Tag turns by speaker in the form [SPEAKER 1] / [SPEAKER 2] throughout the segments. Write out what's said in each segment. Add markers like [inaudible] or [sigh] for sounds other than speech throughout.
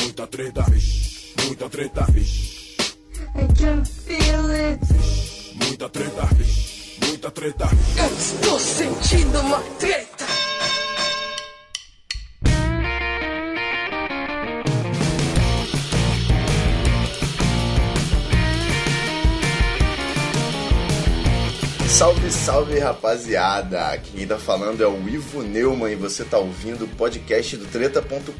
[SPEAKER 1] Muita treta, vixe. Muita treta, vixe.
[SPEAKER 2] I can feel it.
[SPEAKER 1] Muita treta, vixe. Muita treta, vixe.
[SPEAKER 2] Eu estou sentindo uma treta.
[SPEAKER 3] Salve, salve rapaziada! Aqui quem tá falando é o Ivo Neumann e você tá ouvindo o podcast do treta.com.br.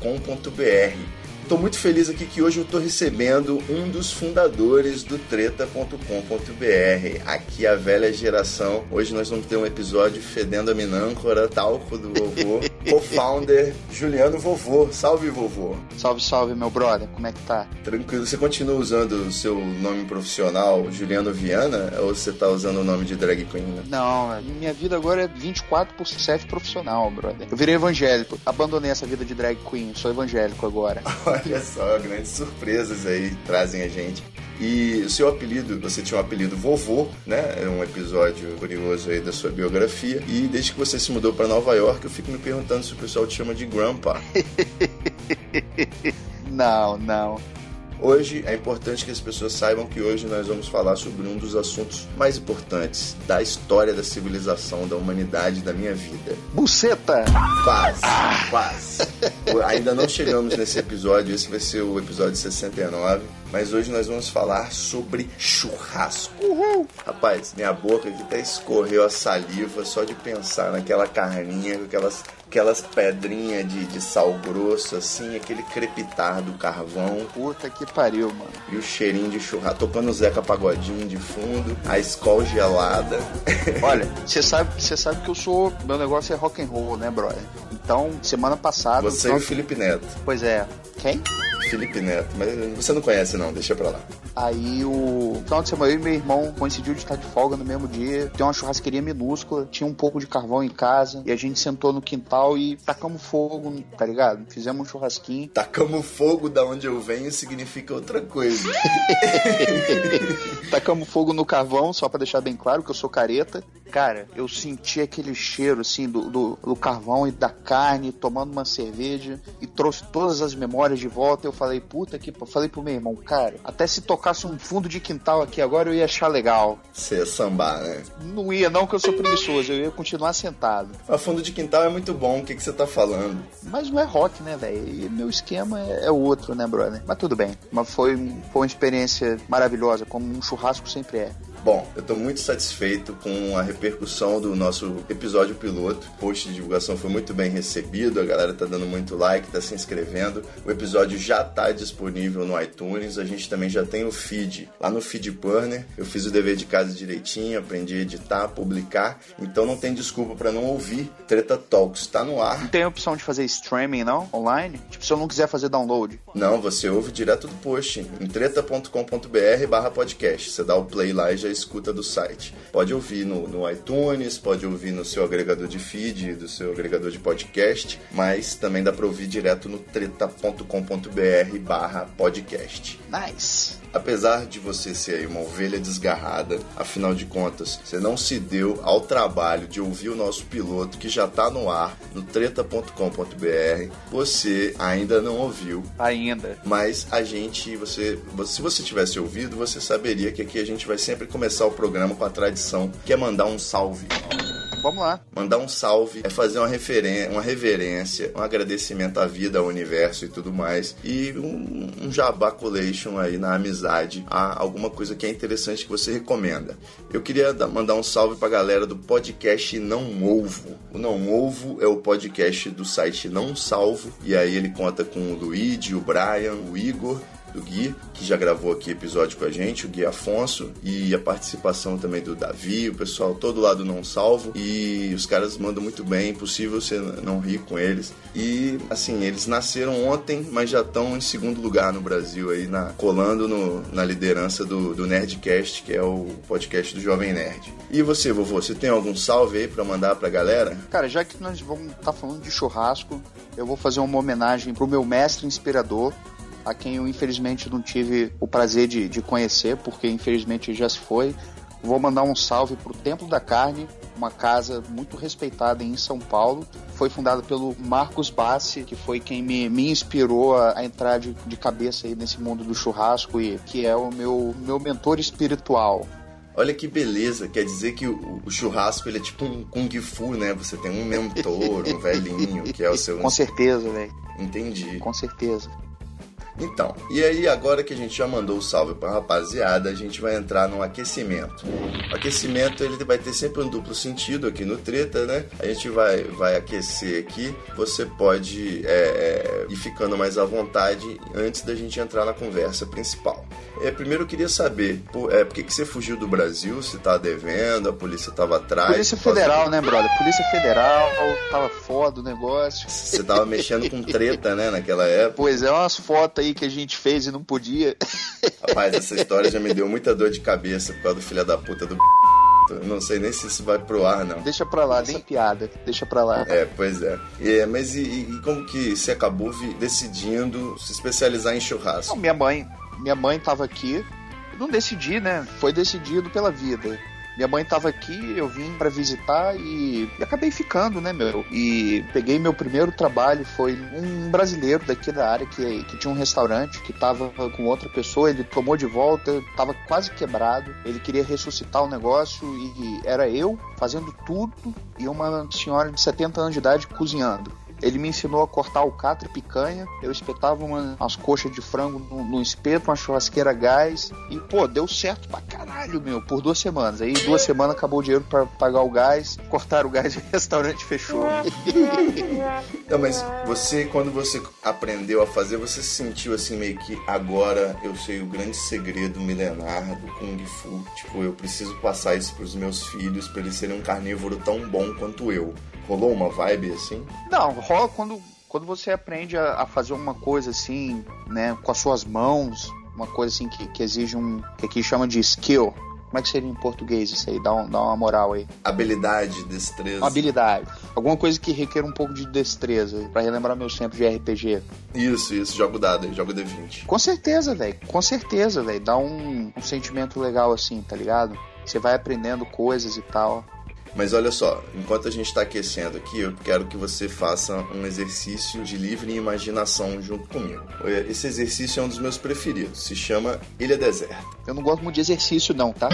[SPEAKER 3] Tô muito feliz aqui que hoje eu tô recebendo um dos fundadores do treta.com.br. Aqui a velha geração. Hoje nós vamos ter um episódio fedendo a minâncora, talco do vovô, co-founder Juliano Vovô. Salve, vovô!
[SPEAKER 4] Salve, salve, meu brother. Como é que tá?
[SPEAKER 3] Tranquilo, você continua usando o seu nome profissional, Juliano Viana, ou você tá usando o nome de drag queen? né?
[SPEAKER 4] Não, minha vida agora é 24 por 7 profissional, brother. Eu virei evangélico. Abandonei essa vida de drag queen. Sou
[SPEAKER 3] [laughs]
[SPEAKER 4] evangélico agora.
[SPEAKER 3] Olha só, grandes surpresas aí trazem a gente. E o seu apelido, você tinha um apelido vovô, né? É um episódio curioso aí da sua biografia. E desde que você se mudou pra Nova York, eu fico me perguntando se o pessoal te chama de grandpa.
[SPEAKER 4] Não, não.
[SPEAKER 3] Hoje é importante que as pessoas saibam que hoje nós vamos falar sobre um dos assuntos mais importantes da história da civilização, da humanidade, da minha vida.
[SPEAKER 4] Buceta!
[SPEAKER 3] Quase, quase. Ainda não chegamos nesse episódio, esse vai ser o episódio 69, mas hoje nós vamos falar sobre churrasco. Rapaz, minha boca aqui até escorreu a saliva só de pensar naquela carninha, com aquelas, aquelas pedrinhas de, de sal grosso, assim, aquele crepitar do carvão
[SPEAKER 4] Puta que pariu, mano.
[SPEAKER 3] e o cheirinho de churrasco, tocando Zeca Pagodinho de fundo, a escol gelada.
[SPEAKER 4] Olha, você sabe, você sabe que eu sou. Meu negócio é rock and roll, né, brother? Então, semana passada.
[SPEAKER 3] Você e o Felipe Neto.
[SPEAKER 4] Pois é. Quem?
[SPEAKER 3] Felipe Neto, mas você não conhece não, deixa pra lá.
[SPEAKER 4] Aí o no final de semana eu e meu irmão coincidiu de estar de folga no mesmo dia. Tem uma churrasqueria minúscula, tinha um pouco de carvão em casa. E a gente sentou no quintal e tacamos fogo, tá ligado? Fizemos um churrasquinho.
[SPEAKER 3] [laughs] Tacamos fogo da onde eu venho significa outra coisa.
[SPEAKER 4] Tacamos fogo no carvão, só pra deixar bem claro que eu sou careta. Cara, eu senti aquele cheiro, assim, do, do, do carvão e da carne, tomando uma cerveja, e trouxe todas as memórias de volta. Eu falei, puta que. pa- Falei pro meu irmão, cara, até se tocasse um fundo de quintal aqui agora eu ia achar legal.
[SPEAKER 3] Você é sambar, né?
[SPEAKER 4] Não ia, não, que eu sou preguiçoso, eu ia continuar sentado.
[SPEAKER 3] A fundo de quintal é muito bom, o que, que você tá falando?
[SPEAKER 4] Mas não é rock, né, velho? E meu esquema é, é outro, né, brother? Mas tudo bem. Mas foi, foi uma experiência maravilhosa, como um churrasco sempre é.
[SPEAKER 3] Bom, eu tô muito satisfeito com a repercussão do nosso episódio piloto. O post de divulgação foi muito bem recebido, a galera tá dando muito like, tá se inscrevendo. O episódio já tá disponível no iTunes, a gente também já tem o feed lá no Feed Burner. Eu fiz o dever de casa direitinho, aprendi a editar, publicar, então não tem desculpa pra não ouvir. Treta Talks tá no ar.
[SPEAKER 4] Não tem a opção de fazer streaming, não? Online? Tipo, se eu não quiser fazer download.
[SPEAKER 3] Não, você ouve direto do post em treta.com.br barra podcast. Você dá o play lá e já escuta do site. Pode ouvir no, no iTunes, pode ouvir no seu agregador de feed, do seu agregador de podcast, mas também dá para ouvir direto no treta.com.br barra podcast.
[SPEAKER 4] Nice.
[SPEAKER 3] Apesar de você ser aí uma ovelha desgarrada, afinal de contas, você não se deu ao trabalho de ouvir o nosso piloto que já está no ar no treta.com.br, você ainda não ouviu
[SPEAKER 4] Ainda.
[SPEAKER 3] mas a gente, você, você- se você tivesse ouvido, você saberia que aqui a gente vai sempre começar o programa com a tradição, que é mandar um salve.
[SPEAKER 4] Vamos lá.
[SPEAKER 3] Mandar um salve é fazer uma, referen- uma reverência, um agradecimento à vida, ao universo e tudo mais. E um, um jabá collection aí na amizade, a alguma coisa que é interessante que você recomenda. Eu queria dar- mandar um salve pra galera do podcast Não Ovo. O Não Ovo é o podcast do site Não Salvo. E aí ele conta com o Luigi, o Brian, o Igor do Gui, que já gravou aqui episódio com a gente, o Gui Afonso, e a participação também do Davi, o pessoal todo lá do Não Salvo, e os caras mandam muito bem, impossível você não rir com eles. E, assim, eles nasceram ontem, mas já estão em segundo lugar no Brasil aí, na, colando no- na liderança do, do Nerdcast, que é o podcast do Jovem Nerd. E você, vovô, você tem algum salve aí pra mandar pra galera?
[SPEAKER 4] Cara, já que nós vamos estar falando de churrasco, eu vou fazer uma homenagem pro meu mestre inspirador, a quem eu infelizmente não tive o prazer de, de conhecer, porque infelizmente já se foi. Vou mandar um salve pro Templo da Carne, uma casa muito respeitada em São Paulo. Foi fundada pelo Marcos Bassi, que foi quem me, me inspirou a, a entrar de, de cabeça aí nesse mundo do churrasco e que é o meu, meu mentor espiritual.
[SPEAKER 3] Olha que beleza, quer dizer que o, o churrasco ele é tipo um kung fu, né? Você tem um mentor, um velhinho, que é o seu.
[SPEAKER 4] Com certeza, velho.
[SPEAKER 3] Entendi.
[SPEAKER 4] Com certeza.
[SPEAKER 3] Então, e aí agora que a gente já mandou o salve pra rapaziada, a gente vai entrar no aquecimento. O aquecimento ele vai ter sempre um duplo sentido aqui no Treta, né? A gente vai, vai aquecer aqui, você pode é, é, ir ficando mais à vontade antes da gente entrar na conversa principal. É, primeiro eu queria saber, por, é, por que, que você fugiu do Brasil? Você tá devendo, a polícia tava atrás?
[SPEAKER 4] Polícia
[SPEAKER 3] por causa-
[SPEAKER 4] Federal, né, brother? Polícia Federal, tava foda o negócio.
[SPEAKER 3] Você tava mexendo com treta, né, naquela época.
[SPEAKER 4] Pois é, umas fotos aí que a gente fez e não podia. [laughs]
[SPEAKER 3] Rapaz, essa história já me deu muita dor de cabeça por causa do filho da puta do. Não sei nem se isso vai pro ar, não.
[SPEAKER 4] Deixa pra lá, nem piada. Deixa pra lá.
[SPEAKER 3] É, pois é. É, mas e, e como que você acabou vi- decidindo se especializar em
[SPEAKER 4] Não,
[SPEAKER 3] churrasco?
[SPEAKER 4] minha mãe, minha mãe tava aqui. Eu Não decidi, né? Foi decidido pela vida. Minha mãe tava aqui, eu vim pra visitar e, e acabei ficando, né, meu? E peguei meu primeiro trabalho, foi um brasileiro daqui da área que, que tinha um restaurante que tava com outra pessoa, ele tomou de volta, tava quase quebrado, ele queria ressuscitar o negócio e era eu fazendo tudo e uma senhora de 70 anos de idade cozinhando. Ele me ensinou a cortar alcatra e picanha. Eu espetava uma, umas coxas de frango no, no espeto, uma churrasqueira a gás. E, pô, deu certo pra caralho, meu, por duas semanas. Aí, duas semanas, acabou o dinheiro pra pagar o gás. Cortaram o gás e o [laughs] restaurante fechou.
[SPEAKER 3] Não, mas você, quando você aprendeu a fazer, você se sentiu assim meio que agora eu sei o grande segredo milenar do Kung Fu. Tipo, eu preciso passar isso pros meus filhos pra eles serem um carnívoro tão bom quanto eu. Rolou uma vibe assim?
[SPEAKER 4] Não, rola quando, quando você aprende a, a fazer uma coisa assim, né, com as suas mãos. Uma coisa assim que, que exige um. que aqui chama de skill. Como é que seria em português isso aí? Dá, um- dá uma moral aí.
[SPEAKER 3] Habilidade, destreza.
[SPEAKER 4] Uma habilidade. Alguma coisa que requer um pouco de destreza, pra relembrar meus tempos de RPG.
[SPEAKER 3] Isso, isso. Joga o dado aí, joga o D20.
[SPEAKER 4] Com certeza, velho. Com certeza, velho. Dá um, um sentimento legal assim, tá ligado? Você vai aprendendo coisas e tal.
[SPEAKER 3] Mas olha só, enquanto a gente está aquecendo aqui, eu quero que você faça um exercício de livre imaginação junto comigo. Esse exercício é um dos meus preferidos, se chama Ilha Deserta.
[SPEAKER 4] Eu não gosto muito de exercício, não, tá?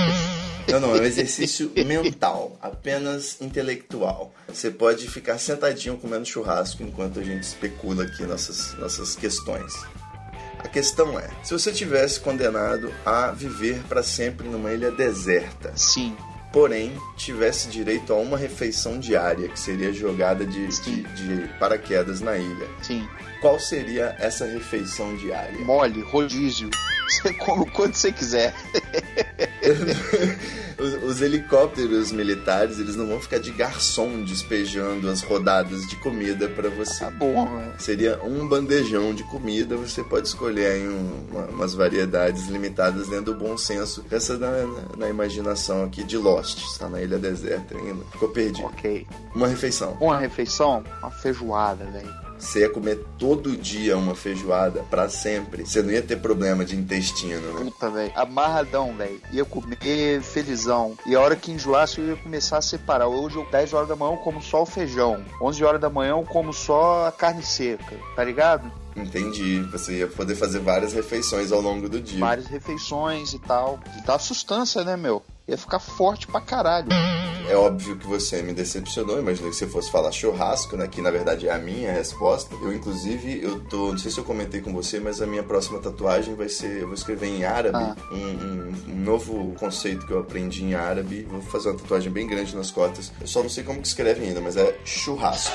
[SPEAKER 3] Não, não, é um exercício mental, apenas intelectual. Você pode ficar sentadinho comendo churrasco enquanto a gente especula aqui nossas, nossas questões. A questão é, se você tivesse condenado a viver para sempre numa ilha deserta,
[SPEAKER 4] Sim.
[SPEAKER 3] porém tivesse direito a uma refeição diária que seria jogada de, de- de paraquedas na ilha.
[SPEAKER 4] Sim.
[SPEAKER 3] Qual seria essa refeição diária? [laughs]
[SPEAKER 4] Mole, rodízio. [laughs] Você come o quanto você quiser. [laughs]
[SPEAKER 3] Os, os helicópteros militares eles não vão ficar de garçom despejando as rodadas de comida para você.
[SPEAKER 4] Tá bom, velho.
[SPEAKER 3] Seria um bandejão de comida, você pode escolher aí um- uma- umas variedades limitadas dentro do bom senso. Pensa na, na- na imaginação aqui de Lost, está na ilha deserta ainda. Ficou perdido.
[SPEAKER 4] Ok.
[SPEAKER 3] Uma refeição.
[SPEAKER 4] Uma refeição? Uma feijoada, velho.
[SPEAKER 3] Você ia comer todo dia uma feijoada pra sempre. Você não ia ter problema de intestino, né?
[SPEAKER 4] Puta, velho. Amarradão, velho. Ia comer felizão. E a hora que enjoasse, eu ia começar a separar. Hoje, eu, 10 horas da manhã, eu como só o feijão. 11 horas da manhã, eu como só a carne seca. Tá ligado?
[SPEAKER 3] Entendi. Você ia poder fazer várias refeições ao longo do dia.
[SPEAKER 4] várias refeições e tal. E dá sustância, né, meu? Ia ficar forte pra caralho.
[SPEAKER 3] É óbvio que você me decepcionou. Imaginei que você fosse falar churrasco, né? Que na verdade é a minha resposta. Eu, inclusive, eu tô. Não sei se eu comentei com você, mas a minha próxima tatuagem vai ser. Eu vou escrever em árabe
[SPEAKER 4] Ah.
[SPEAKER 3] um, um- um novo conceito que eu aprendi em árabe. Vou fazer uma tatuagem bem grande nas costas. Eu só não sei como que escreve ainda, mas é churrasco.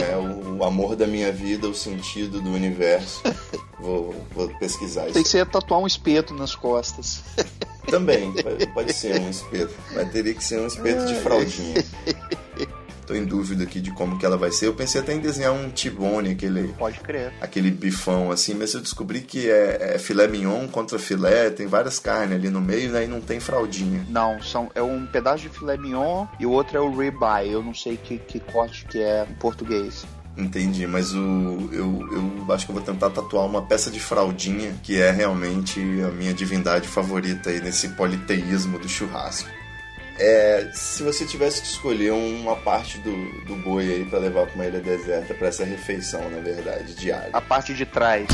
[SPEAKER 3] é o, o amor da minha vida, o sentido do universo. Vou, vou pesquisar isso.
[SPEAKER 4] Tem que ser tatuar um espeto nas costas.
[SPEAKER 3] Também, pode- pode ser um espeto. Mas teria que ser um espeto de fraldinha. Tô em dúvida aqui de como que ela vai ser. Eu pensei até em desenhar um tibone, aquele,
[SPEAKER 4] Pode crer.
[SPEAKER 3] aquele bifão assim, mas eu descobri que é, é filé mignon contra filé, tem várias carnes ali no meio, daí não tem fraldinha.
[SPEAKER 4] Não, são, é um pedaço de filé mignon e o outro é o ribeye. Eu não sei que, que corte que é em português.
[SPEAKER 3] Entendi, mas o, eu, eu acho que eu vou tentar tatuar uma peça de fraldinha, que é realmente a minha divindade favorita aí nesse politeísmo do churrasco. É, se você tivesse que escolher uma parte do, do boi aí pra levar pra uma ilha deserta pra essa refeição, na verdade, diária,
[SPEAKER 4] A parte de trás.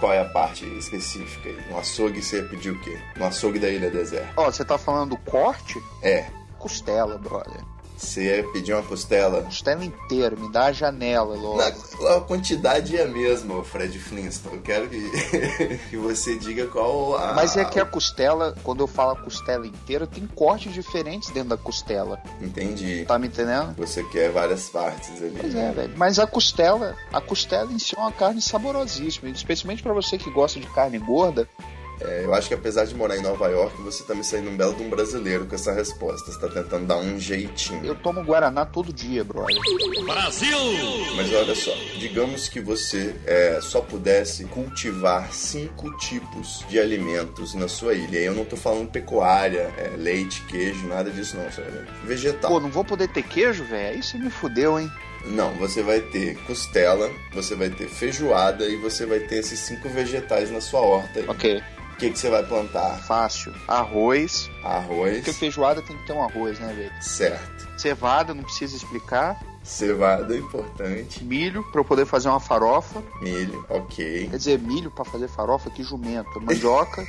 [SPEAKER 3] qual é a parte específica aí? No açougue você ia pedir o quê? No açougue da ilha deserta.
[SPEAKER 4] Ó, você tá falando do corte?
[SPEAKER 3] É,
[SPEAKER 4] Costela, brother.
[SPEAKER 3] você ia pedir uma costela.
[SPEAKER 4] Costela inteira, me dá a janela logo.
[SPEAKER 3] Na- a quantidade é a mesma, ô Fred Flintstone. Eu quero que, [laughs] que você diga qual a.
[SPEAKER 4] Mas é que a costela, quando eu falo costela inteira, tem cortes diferentes dentro da costela.
[SPEAKER 3] Entendi.
[SPEAKER 4] Tá me entendendo?
[SPEAKER 3] Você quer várias partes ali.
[SPEAKER 4] Pois
[SPEAKER 3] né?
[SPEAKER 4] é, velho. Mas a costela, a costela em si é uma carne saborosíssima, especialmente pra você que gosta de carne gorda.
[SPEAKER 3] É, eu acho que apesar de morar em Nova York, você tá me saindo um belo de um brasileiro com essa resposta. Você tá tentando dar um jeitinho.
[SPEAKER 4] Eu tomo guaraná todo dia, brother.
[SPEAKER 3] Mas olha só, digamos que você é, só pudesse cultivar cinco tipos de alimentos na sua ilha. E Eu não tô falando pecuária, é, leite, queijo, nada disso não, só vegetal.
[SPEAKER 4] Pô, não vou poder ter queijo, velho? Aí você me fudeu, hein?
[SPEAKER 3] Não, você vai ter costela, você vai ter feijoada e você vai ter esses cinco vegetais na sua horta. aí.
[SPEAKER 4] Ok,
[SPEAKER 3] O que, que você vai plantar?
[SPEAKER 4] fácil. Arroz.
[SPEAKER 3] Arroz,
[SPEAKER 4] Porque feijoada tem que ter um arroz, né, velho?
[SPEAKER 3] certo.
[SPEAKER 4] Cevada, não precisa explicar.
[SPEAKER 3] Cevada, importante.
[SPEAKER 4] Milho, pra eu poder fazer uma farofa.
[SPEAKER 3] Milho, ok.
[SPEAKER 4] Quer dizer, milho pra fazer farofa, que jumento. Mandioca.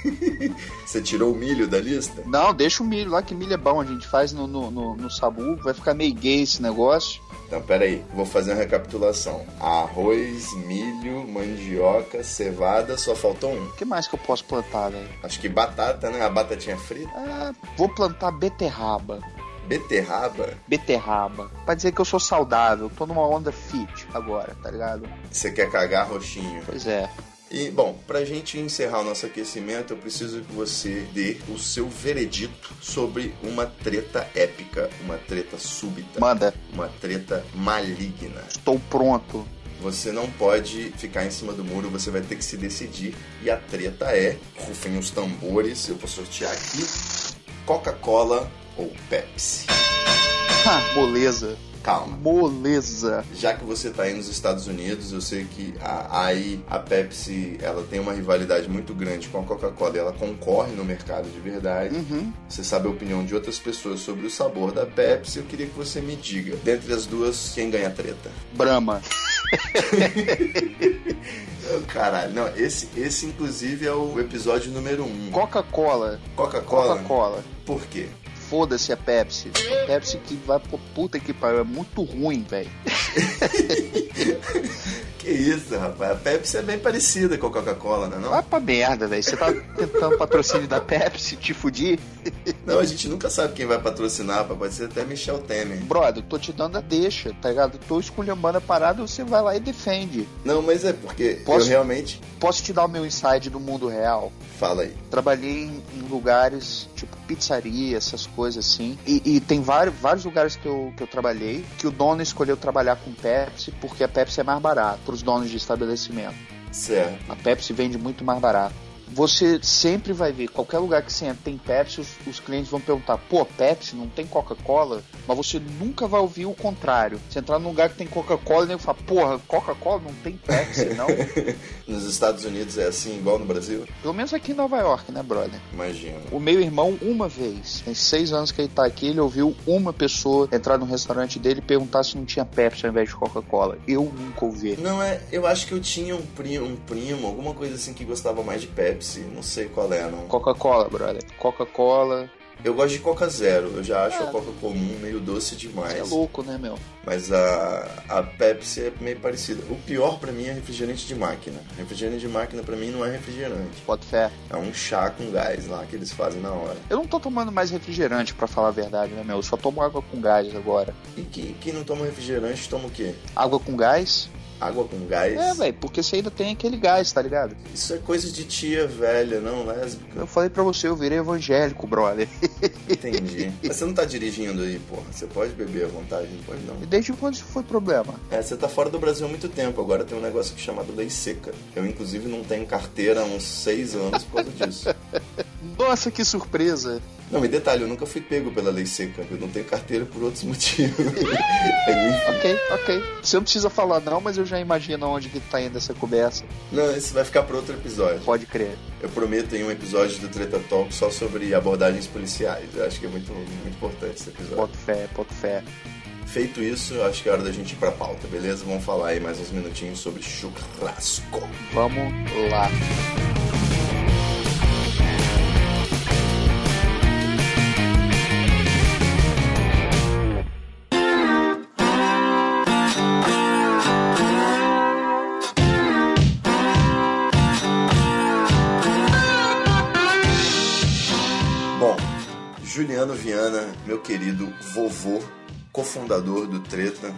[SPEAKER 3] Você tirou o milho da lista?
[SPEAKER 4] Não, deixa o milho lá, que milho é bom. A gente faz no, no, no, no sabu, vai ficar meio gay esse negócio.
[SPEAKER 3] Então, peraí, vou fazer uma recapitulação. Arroz, milho, mandioca, cevada, só faltou um.
[SPEAKER 4] O que mais que eu posso plantar, velho?
[SPEAKER 3] Acho que batata, né? A batatinha frita.
[SPEAKER 4] Ah, vou plantar beterraba.
[SPEAKER 3] Beterraba.
[SPEAKER 4] Beterraba. Pra dizer que eu sou saudável, tô numa onda fit agora, tá ligado?
[SPEAKER 3] Você quer cagar roxinho?
[SPEAKER 4] Pois é.
[SPEAKER 3] E, bom, pra gente encerrar o nosso aquecimento, eu preciso que você dê o seu veredito sobre uma treta épica, uma treta súbita,
[SPEAKER 4] Manda,
[SPEAKER 3] uma treta maligna.
[SPEAKER 4] estou pronto. [laughs]
[SPEAKER 3] Você não pode ficar em cima do muro, você vai ter que se decidir. E a treta é, rufem os tambores, eu vou sortear aqui, Coca-Cola ou Pepsi.
[SPEAKER 4] Ah, moleza.
[SPEAKER 3] Calma.
[SPEAKER 4] Moleza.
[SPEAKER 3] Já que você tá aí nos Estados Unidos, eu sei que a, aí a Pepsi ela tem uma rivalidade muito grande com a Coca-Cola e ela concorre no mercado de verdade.
[SPEAKER 4] Uhum.
[SPEAKER 3] Você sabe a opinião de outras pessoas sobre o sabor da Pepsi, eu queria que você me diga. Dentre as duas, quem ganha a treta?
[SPEAKER 4] Brama.
[SPEAKER 3] Oh, Caralho, não, esse, esse inclusive é o episódio número 1. Um.
[SPEAKER 4] Coca-Cola.
[SPEAKER 3] Coca-Cola?
[SPEAKER 4] Coca-Cola.
[SPEAKER 3] Por quê?
[SPEAKER 4] Foda-se a Pepsi. A Pepsi que vai pro puta que pariu. É muito ruim, velho.
[SPEAKER 3] Que isso, rapaz? A Pepsi é bem parecida com a Coca-Cola, não é não?
[SPEAKER 4] Vai pra merda, velho. Você tá tentando patrocínio da Pepsi, te fudir?
[SPEAKER 3] Não, a gente nunca sabe quem vai patrocinar, pá, pode ser até Michel Temer.
[SPEAKER 4] Brother, eu tô te dando a deixa, tá ligado? Eu tô esculhambando a parada, você vai lá e defende.
[SPEAKER 3] Não, mas é porque eu
[SPEAKER 4] Posso?
[SPEAKER 3] realmente...
[SPEAKER 4] Posso te dar o meu insight do mundo real?
[SPEAKER 3] Fala aí.
[SPEAKER 4] Trabalhei em, em lugares tipo pizzaria, essas coisas assim. E, e tem vários, vários lugares que eu, que eu trabalhei que o dono escolheu trabalhar com Pepsi porque a Pepsi é mais barata pros donos de estabelecimento.
[SPEAKER 3] Certo.
[SPEAKER 4] A Pepsi vende muito mais barato. Você sempre vai ver, qualquer lugar que você entra, tem Pepsi, os, os clientes vão perguntar, pô, Pepsi, não tem Coca-Cola? Mas você nunca vai ouvir o contrário. Você entrar num lugar que tem Coca-Cola, e nego fala, porra, Coca-Cola não tem Pepsi, não?
[SPEAKER 3] [laughs] Nos Estados Unidos é assim, igual no Brasil?
[SPEAKER 4] Pelo menos aqui em Nova York, né, brother?
[SPEAKER 3] Imagino.
[SPEAKER 4] O meu irmão, uma vez, tem seis anos que ele tá aqui, ele ouviu uma pessoa entrar no restaurante dele e perguntar se não tinha Pepsi ao invés de Coca-Cola. Eu nunca ouvi.
[SPEAKER 3] Não, é... Eu acho que eu tinha um primo, um primo, alguma coisa assim que gostava mais de Pepsi. Não sei qual é, não.
[SPEAKER 4] Coca-Cola, brother. Coca-Cola.
[SPEAKER 3] Eu gosto de Coca Zero. Eu já acho a
[SPEAKER 4] É.
[SPEAKER 3] Coca comum meio doce demais.
[SPEAKER 4] Você é louco, né, meu?
[SPEAKER 3] Mas a, a Pepsi é meio parecida. O pior pra mim é refrigerante de máquina. Refrigerante de máquina pra mim não é refrigerante.
[SPEAKER 4] Bota fé.
[SPEAKER 3] É um chá com gás lá que eles fazem na hora.
[SPEAKER 4] Eu não tô tomando mais refrigerante, pra falar a verdade, né, meu? Eu só tomo água com gás agora.
[SPEAKER 3] E quem, quem não toma refrigerante toma o quê?
[SPEAKER 4] Água com gás?
[SPEAKER 3] Água com gás?
[SPEAKER 4] É, velho, porque você ainda tem aquele gás, tá ligado?
[SPEAKER 3] Isso é coisa de tia velha, não lésbica.
[SPEAKER 4] Eu falei pra você, eu virei evangélico, brother. [laughs]
[SPEAKER 3] Entendi. [laughs] Mas você não tá dirigindo aí, porra. Você pode beber à vontade, não pode não.
[SPEAKER 4] E desde quando isso foi problema?
[SPEAKER 3] É, você tá fora do Brasil há muito tempo. Agora tem um negócio aqui chamado lei seca. Eu, inclusive, não tenho carteira há uns seis anos por causa disso.
[SPEAKER 4] Nossa, que surpresa!
[SPEAKER 3] Não, e detalhe, eu nunca fui pego pela lei seca. Eu não tenho carteira por outros [laughs] motivos. Enfim.
[SPEAKER 4] Ok, ok. Você não precisa falar não, mas eu já imagino onde que tá indo essa conversa.
[SPEAKER 3] Não, isso vai ficar para outro episódio.
[SPEAKER 4] Pode crer.
[SPEAKER 3] Eu prometo em um episódio do Treta Talk só sobre abordagens policiais. Eu acho que é muito, muito importante esse episódio.
[SPEAKER 4] Boto fé, boto fé.
[SPEAKER 3] Feito isso, eu acho que é hora da gente ir pra pauta, beleza? Vamos falar aí mais uns minutinhos sobre churrasco.
[SPEAKER 4] Vamos lá.
[SPEAKER 3] Bom, Juliano Viana, meu querido vovô, cofundador do Treta.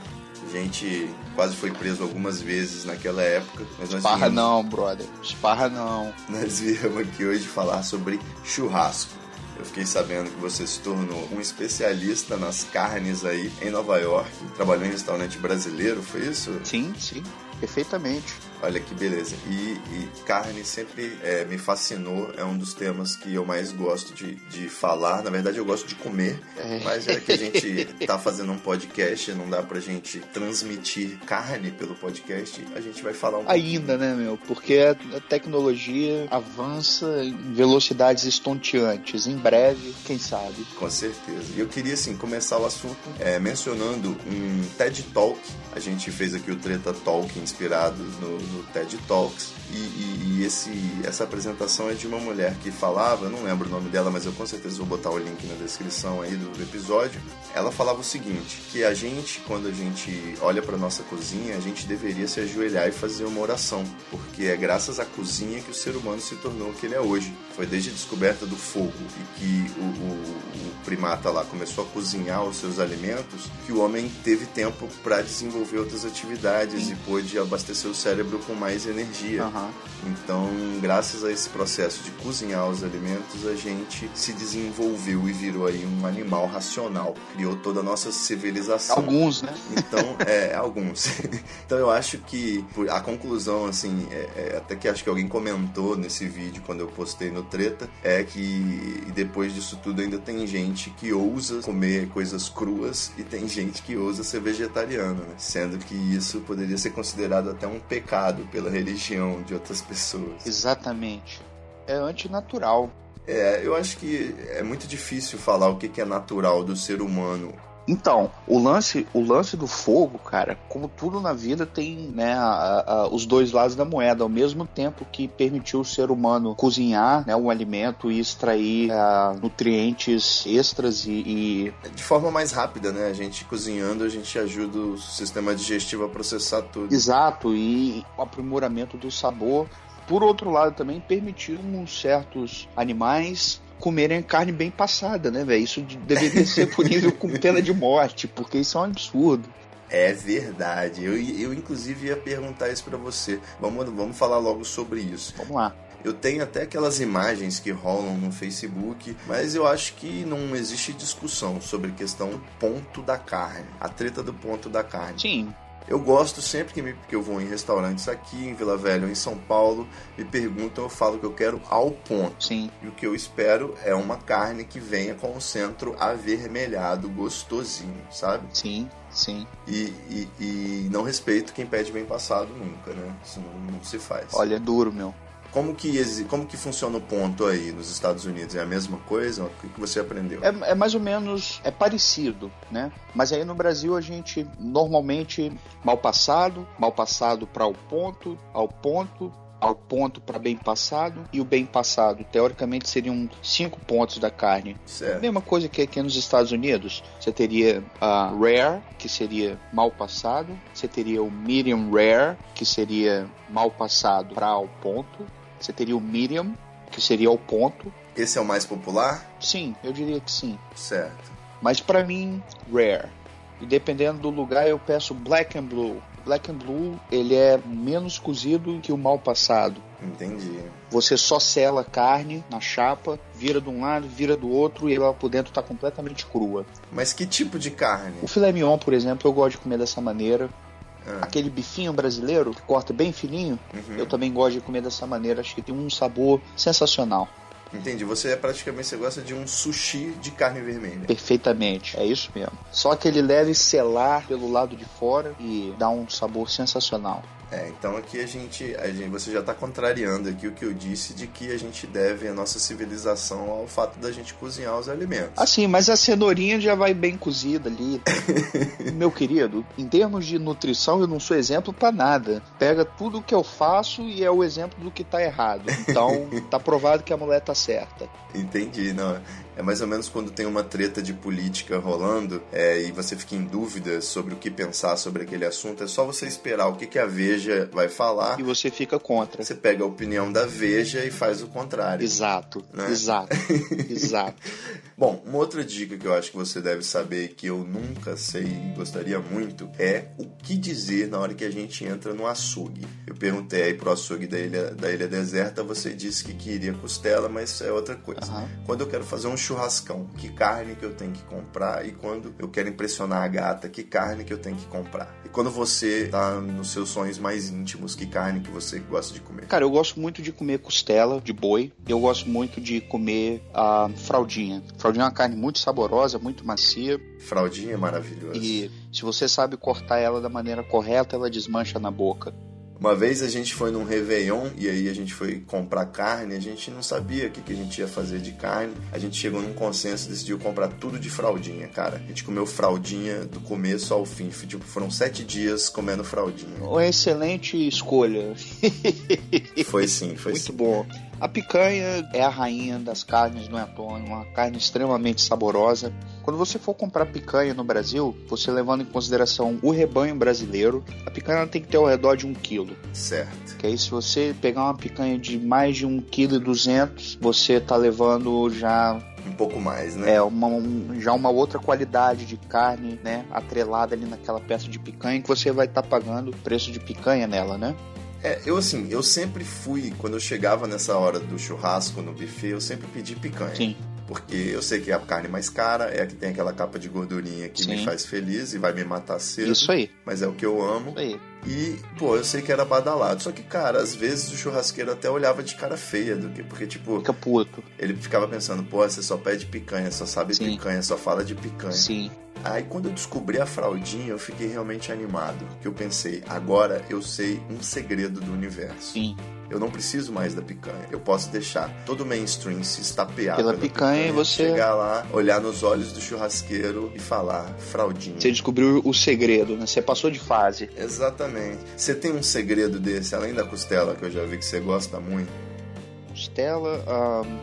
[SPEAKER 3] A gente quase foi preso algumas vezes naquela época, mas nós
[SPEAKER 4] Esparra
[SPEAKER 3] viemos-
[SPEAKER 4] não, brother. Esparra não.
[SPEAKER 3] Nós viemos aqui hoje falar sobre churrasco. Eu fiquei sabendo que você se tornou um especialista nas carnes aí em Nova York. Trabalhou em restaurante brasileiro, foi isso?
[SPEAKER 4] Sim, sim. Perfeitamente.
[SPEAKER 3] Olha que beleza. E, e carne sempre é, me fascinou, é um dos temas que eu mais gosto de, de falar. Na verdade, eu gosto de comer, mas já que a gente tá fazendo um podcast, não dá pra gente transmitir carne pelo podcast, a gente vai falar um
[SPEAKER 4] Ainda, né, meu? Porque a a tecnologia avança em velocidades estonteantes. Em breve, quem sabe?
[SPEAKER 3] Com certeza. E eu queria, assim, começar o assunto é, mencionando um TED Talk. A gente fez aqui o Treta Talk inspirado no, no TED Talks. E, e- e esse, essa apresentação é de uma mulher que falava, eu não lembro o nome dela, mas eu com certeza vou botar o link na descrição aí do, do episódio. Ela falava o seguinte: que a gente, quando a gente olha para nossa cozinha, a gente deveria se ajoelhar e fazer uma oração, porque é graças à cozinha que o ser humano se tornou o que ele é hoje. Foi desde a descoberta do fogo e que o, o- o primata lá começou a cozinhar os seus alimentos que o homem teve tempo para desenvolver outras atividades e pôde abastecer o cérebro com mais energia.
[SPEAKER 4] Aham.
[SPEAKER 3] Então, graças a esse processo de cozinhar os alimentos, a gente se desenvolveu e virou aí um animal racional. Criou toda a nossa civilização.
[SPEAKER 4] Alguns, né?
[SPEAKER 3] Então, é, alguns. [laughs] então eu acho que por- a conclusão, assim, é- é, até que acho que alguém comentou nesse vídeo quando eu postei no Treta, é que e depois disso tudo ainda tem gente que ousa comer coisas cruas e tem gente que ousa ser vegetariano, né? Sendo que isso poderia ser considerado até um pecado pela religião de outras pessoas.
[SPEAKER 4] Exatamente. É antinatural.
[SPEAKER 3] É, eu acho que é muito difícil falar o que que é natural do ser humano.
[SPEAKER 4] Então, o lance, o lance do fogo, cara, como tudo na vida tem né, a- a- os dois lados da moeda. Ao mesmo tempo que permitiu o ser humano cozinhar né, um alimento e extrair ah, nutrientes extras e, e
[SPEAKER 3] de forma mais rápida, né? A gente cozinhando, a gente ajuda o sistema digestivo a processar tudo.
[SPEAKER 4] exato e o aprimoramento do sabor. Por outro lado, também permitimos certos animais comerem carne bem passada, né, velho? Isso de- deveria ser punível com pena de morte, porque isso é um absurdo.
[SPEAKER 3] É verdade. Eu, eu inclusive ia perguntar isso pra você. Vamos, vamos falar logo sobre isso.
[SPEAKER 4] Vamos lá.
[SPEAKER 3] Eu tenho até aquelas imagens que rolam no Facebook, mas eu acho que não existe discussão sobre a questão do ponto da carne, a treta do ponto da carne.
[SPEAKER 4] Sim,
[SPEAKER 3] Eu gosto sempre que, me- que eu vou em restaurantes aqui em Vila Velha ou em São Paulo, me perguntam, eu falo que eu quero ao ponto.
[SPEAKER 4] sim.
[SPEAKER 3] E o que eu espero é uma carne que venha com o centro avermelhado, gostosinho, sabe?
[SPEAKER 4] Sim, sim.
[SPEAKER 3] E, e- e não respeito quem pede bem passado nunca, né? Isso não, não se faz.
[SPEAKER 4] Olha, é duro, meu.
[SPEAKER 3] Como que, exi- como que funciona o ponto aí nos Estados Unidos? É a mesma coisa? O que que você aprendeu?
[SPEAKER 4] É, é mais ou menos, é parecido, né? Mas aí no Brasil a gente normalmente mal passado, mal passado para o ponto, ao ponto, ao ponto para bem passado e o bem passado. Teoricamente seriam cinco pontos da carne. A
[SPEAKER 3] Certo.
[SPEAKER 4] mesma coisa que aqui nos Estados Unidos. Você teria a rare, que seria mal passado. Você teria o medium rare, que seria mal passado para ao ponto. Você teria o medium, que seria ao ponto.
[SPEAKER 3] Esse é o mais popular?
[SPEAKER 4] Sim, eu diria que sim.
[SPEAKER 3] Certo.
[SPEAKER 4] Mas pra mim, rare. E dependendo do lugar, eu peço black and blue. Black and blue, ele é menos cozido que o mal passado.
[SPEAKER 3] Entendi.
[SPEAKER 4] Você só sela a carne na chapa, vira de um lado, vira do outro e ela por dentro tá completamente crua.
[SPEAKER 3] Mas que tipo de carne?
[SPEAKER 4] O filé mignon, por exemplo, eu gosto de comer dessa maneira.
[SPEAKER 3] Ah.
[SPEAKER 4] Aquele bifinho brasileiro, que corta bem fininho,
[SPEAKER 3] Uhum.
[SPEAKER 4] eu também gosto de comer dessa maneira. Acho que tem um sabor sensacional.
[SPEAKER 3] Entendi. Você é praticamente, você gosta de um sushi de carne vermelha.
[SPEAKER 4] Perfeitamente, é isso mesmo. Só que ele deve selar pelo lado de fora e dá um sabor sensacional.
[SPEAKER 3] É, então aqui a gente, a gente- você já está contrariando aqui o que eu disse de que a gente deve a nossa civilização ao fato da gente cozinhar os alimentos.
[SPEAKER 4] Assim, mas a cenourinha já vai bem cozida ali. Meu querido, em termos de nutrição, eu não sou exemplo pra nada. Pega tudo que eu faço e é o exemplo do que tá errado. Então, tá provado que a mulher tá certa.
[SPEAKER 3] Entendi, não. É mais ou menos quando tem uma treta de política rolando é, e você fica em dúvida sobre o que pensar sobre aquele assunto, é só você esperar o que, que a Veja vai falar.
[SPEAKER 4] E você fica contra.
[SPEAKER 3] Você pega a opinião da Veja e faz o contrário.
[SPEAKER 4] Exato,
[SPEAKER 3] Né?
[SPEAKER 4] exato, exato.
[SPEAKER 3] Bom, uma outra dica que eu acho que você deve saber que eu nunca sei e gostaria muito é o que dizer na hora que a gente entra no açougue. Eu perguntei aí pro açougue da ilha, da ilha deserta, você disse que queria costela, mas é outra coisa.
[SPEAKER 4] Aham.
[SPEAKER 3] Quando eu quero fazer um churrascão, que carne que eu tenho que comprar? E quando eu quero impressionar a gata, que carne que eu tenho que comprar? E quando você tá nos seus sonhos mais íntimos, que carne que você gosta de comer?
[SPEAKER 4] Cara, eu gosto muito de comer costela de boi. Eu gosto muito de comer a fraldinha. Fraldinha é uma carne muito saborosa, muito macia.
[SPEAKER 3] Fraldinha é maravilhosa.
[SPEAKER 4] E se você sabe cortar ela da maneira correta, ela desmancha na boca.
[SPEAKER 3] Uma vez a gente foi num Réveillon e aí a gente foi comprar carne, a gente não sabia o que, que a gente ia fazer de carne. A gente chegou num consenso e decidiu comprar tudo de fraldinha, cara. A gente comeu fraldinha do começo ao fim. Foi, Tipo, foram sete dias comendo fraldinha.
[SPEAKER 4] Uma excelente escolha.
[SPEAKER 3] Foi sim, foi
[SPEAKER 4] Muito
[SPEAKER 3] sim.
[SPEAKER 4] bom. A picanha é a rainha das carnes, não é à toa, é uma carne extremamente saborosa. Quando você for comprar picanha no Brasil, você levando em consideração o rebanho brasileiro, a picanha ela tem que ter ao redor de um quilo.
[SPEAKER 3] Certo.
[SPEAKER 4] Que aí se você pegar uma picanha de mais de 1,2 kg, você tá levando já,
[SPEAKER 3] Um pouco mais, né?
[SPEAKER 4] é, uma, um- já uma outra qualidade de carne, né? Atrelada ali naquela peça de picanha que você vai estar pagando o preço de picanha nela, né?
[SPEAKER 3] É, eu assim, eu sempre fui, quando eu chegava nessa hora do churrasco no buffet, eu sempre pedi picanha.
[SPEAKER 4] Sim.
[SPEAKER 3] Porque eu sei que é a carne mais cara, é a que tem aquela capa de gordurinha que me
[SPEAKER 4] Sim.
[SPEAKER 3] faz feliz e vai me matar cedo.
[SPEAKER 4] Isso aí,
[SPEAKER 3] Mas é o que eu amo.
[SPEAKER 4] isso aí.
[SPEAKER 3] E, pô, eu sei que era badalado. Só que, cara, às vezes o churrasqueiro até olhava de cara feia do que. Porque, tipo,
[SPEAKER 4] Fica puto.
[SPEAKER 3] ele ficava pensando, pô, você só pede picanha, só sabe
[SPEAKER 4] Sim.
[SPEAKER 3] picanha, só fala de picanha.
[SPEAKER 4] Sim.
[SPEAKER 3] Aí quando eu descobri a fraldinha, eu fiquei realmente animado. Que eu pensei, agora eu sei um segredo do universo.
[SPEAKER 4] Sim,
[SPEAKER 3] Eu não preciso mais da picanha. Eu posso deixar todo o mainstream se estapear
[SPEAKER 4] Pela picanha, você-
[SPEAKER 3] chegar lá, olhar nos olhos do churrasqueiro e falar, fraldinha.
[SPEAKER 4] você descobriu o segredo, né? Você passou de fase.
[SPEAKER 3] Exatamente. Você tem um segredo desse, além da costela, que eu já vi que você gosta muito?
[SPEAKER 4] Costela, ahn,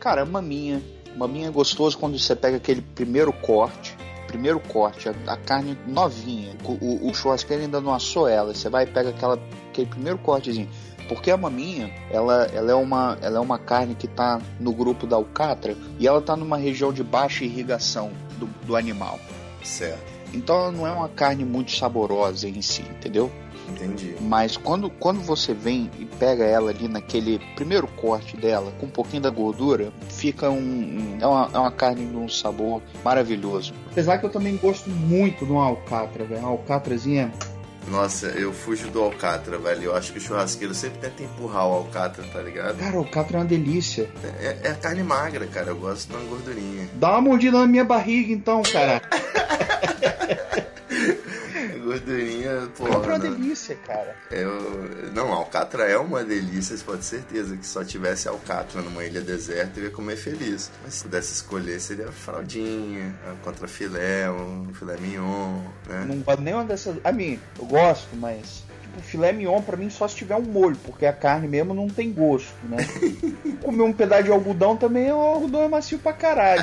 [SPEAKER 4] cara, maminha. Maminha é gostoso quando você pega aquele primeiro corte. Primeiro corte, a, a carne novinha. O, o- o churrasqueiro ainda não assou ela. Você vai e pega aquela, aquele primeiro cortezinho. Porque a maminha, ela, ela, é uma, ela é uma carne que tá no grupo da alcatra e ela tá numa região de baixa irrigação do, do animal.
[SPEAKER 3] Certo,
[SPEAKER 4] Então ela não é uma carne muito saborosa em si, entendeu?
[SPEAKER 3] entendi.
[SPEAKER 4] Mas quando, quando você vem e pega ela ali naquele primeiro corte dela, com um pouquinho da gordura, fica um. um- é, uma, é uma carne de um sabor maravilhoso. Apesar que eu também gosto muito de uma alcatra, velho. Uma alcatrazinha.
[SPEAKER 3] Nossa, eu fujo do Alcatra, velho. Eu acho que o churrasqueiro sempre tenta empurrar o Alcatra, tá ligado?
[SPEAKER 4] Cara, alcatra é uma delícia.
[SPEAKER 3] É, é a carne magra, cara. Eu gosto de uma gordurinha.
[SPEAKER 4] Dá uma mordida na minha barriga então, cara.
[SPEAKER 3] Gordurinha,
[SPEAKER 4] Alcatra é
[SPEAKER 3] porra.
[SPEAKER 4] uma
[SPEAKER 3] Não,
[SPEAKER 4] delícia, cara.
[SPEAKER 3] eu... não, Alcatra é uma delícia, você pode ter certeza. Que só tivesse Alcatra numa ilha deserta, eu ia comer feliz. Mas se pudesse escolher, seria fraldinha, contra filé, um filé mignon, né?
[SPEAKER 4] Não gosto nenhuma dessas. A mim, eu gosto, mas. Tipo, filé mignon pra mim só se tiver um molho, porque a carne mesmo não tem gosto, né? [laughs] Comer um pedaço de algodão também, o algodão é macio pra caralho.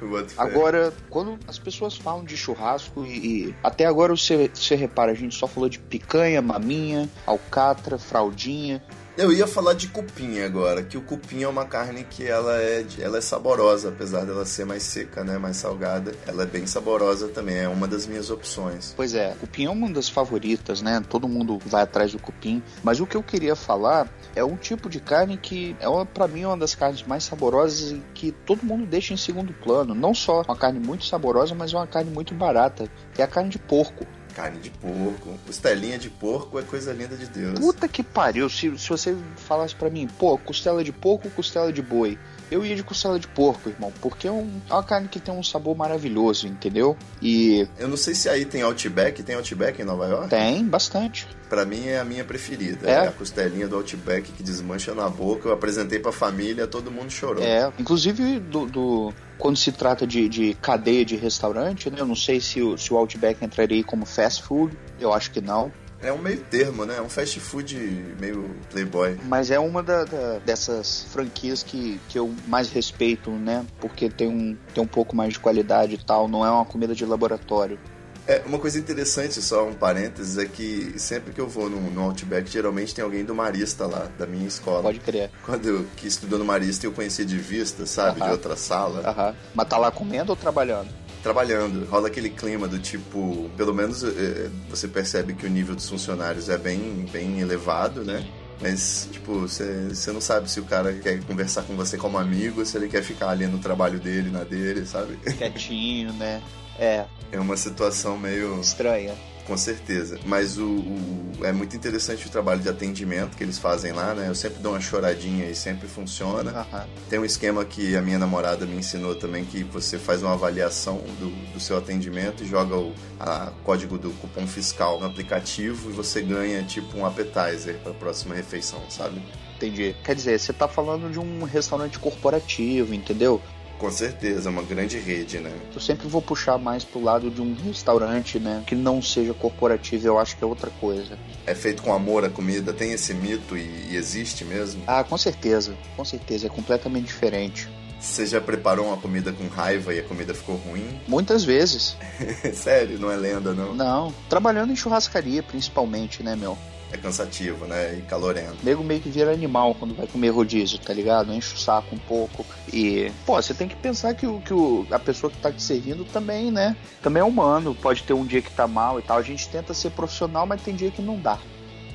[SPEAKER 3] Eu boto fé.
[SPEAKER 4] Agora, quando as pessoas falam de churrasco e, e até agora você, você repara, a gente só falou de picanha, maminha, alcatra, fraldinha.
[SPEAKER 3] Eu ia falar de cupim agora, que o cupim é uma carne que ela é, de- ela é saborosa, apesar dela ser mais seca, né, mais salgada. Ela é bem saborosa também, é uma das minhas opções.
[SPEAKER 4] Pois é, cupim é uma das favoritas, né? Todo mundo vai atrás do cupim. Mas o que eu queria falar é um tipo de carne que é uma- pra mim uma das carnes mais saborosas e que todo mundo deixa em segundo plano. Não só uma carne muito saborosa, mas uma carne muito barata, que é a carne de porco.
[SPEAKER 3] carne de porco. Costelinha de porco é coisa linda de Deus.
[SPEAKER 4] Puta que pariu, se, se você falasse pra mim, pô, costela de porco ou costela de boi? Eu ia de costela de porco, irmão, porque é, um- é uma carne que tem um sabor maravilhoso, entendeu? E
[SPEAKER 3] Eu não sei se aí tem Outback. Tem Outback em Nova York?
[SPEAKER 4] tem bastante.
[SPEAKER 3] Pra mim é a minha preferida.
[SPEAKER 4] É?
[SPEAKER 3] É a costelinha do Outback que desmancha na boca. Eu apresentei pra família, todo mundo chorou.
[SPEAKER 4] É, inclusive do, do- quando se trata de, de cadeia de restaurante, né? Eu não sei se o, se o Outback entraria como fast food, eu acho que não.
[SPEAKER 3] É um meio termo, né? É um fast food meio playboy.
[SPEAKER 4] Mas é uma da- da- dessas franquias que, que eu mais respeito, né? Porque tem um, tem um pouco mais de qualidade e tal, não é uma comida de laboratório.
[SPEAKER 3] É, uma coisa interessante, só um parênteses, é que sempre que eu vou no, no Outback, geralmente tem alguém do Marista lá, da minha escola.
[SPEAKER 4] Pode crer.
[SPEAKER 3] Quando eu, que estudou no Marista eu conhecia de vista, sabe? De
[SPEAKER 4] Aham. Ah.
[SPEAKER 3] outra sala.
[SPEAKER 4] Aham. Mas tá lá comendo ou trabalhando?
[SPEAKER 3] trabalhando. Rola aquele clima do tipo, pelo menos eh, você percebe que o nível dos funcionários é bem, bem elevado, né? Mas, tipo, você você não sabe se o cara quer conversar com você como amigo, se ele quer ficar ali no trabalho dele, na dele, sabe?
[SPEAKER 4] [laughs]
[SPEAKER 3] [laughs]
[SPEAKER 4] Quietinho, né? É,
[SPEAKER 3] É uma situação meio.
[SPEAKER 4] estranha.
[SPEAKER 3] Com certeza. Mas o, o- é muito interessante o trabalho de atendimento que eles fazem lá, né? Eu sempre dou uma choradinha e sempre funciona.
[SPEAKER 4] Aham.
[SPEAKER 3] Tem um esquema que a minha namorada me ensinou também, que você faz uma avaliação do, do seu atendimento e joga o a- código do cupom fiscal no aplicativo e você ganha tipo um appetizer para a próxima refeição, sabe?
[SPEAKER 4] Entendi. Quer dizer, você tá falando de um restaurante corporativo, entendeu?
[SPEAKER 3] Com certeza, é uma grande rede, né?
[SPEAKER 4] Eu sempre vou puxar mais pro lado de um restaurante, né? Que não seja corporativo, eu acho que é outra coisa.
[SPEAKER 3] É feito com amor a comida, tem esse mito e, e existe mesmo?
[SPEAKER 4] Ah, com certeza, com certeza, é completamente diferente.
[SPEAKER 3] Você já preparou uma comida com raiva e a comida ficou ruim?
[SPEAKER 4] Muitas vezes.
[SPEAKER 3] Sério, não [laughs] é lenda, não.
[SPEAKER 4] Não. Trabalhando em churrascaria, principalmente, né, meu?
[SPEAKER 3] É cansativo, né? E calorento.
[SPEAKER 4] O nego meio que vira animal quando vai comer rodízio, tá ligado? Enche o saco um pouco. E, pô, você tem que pensar que, o, que o, a pessoa que tá te servindo também, né? Também é humano, pode ter um dia que tá mal e tal. A gente tenta ser profissional, mas tem dia que não dá.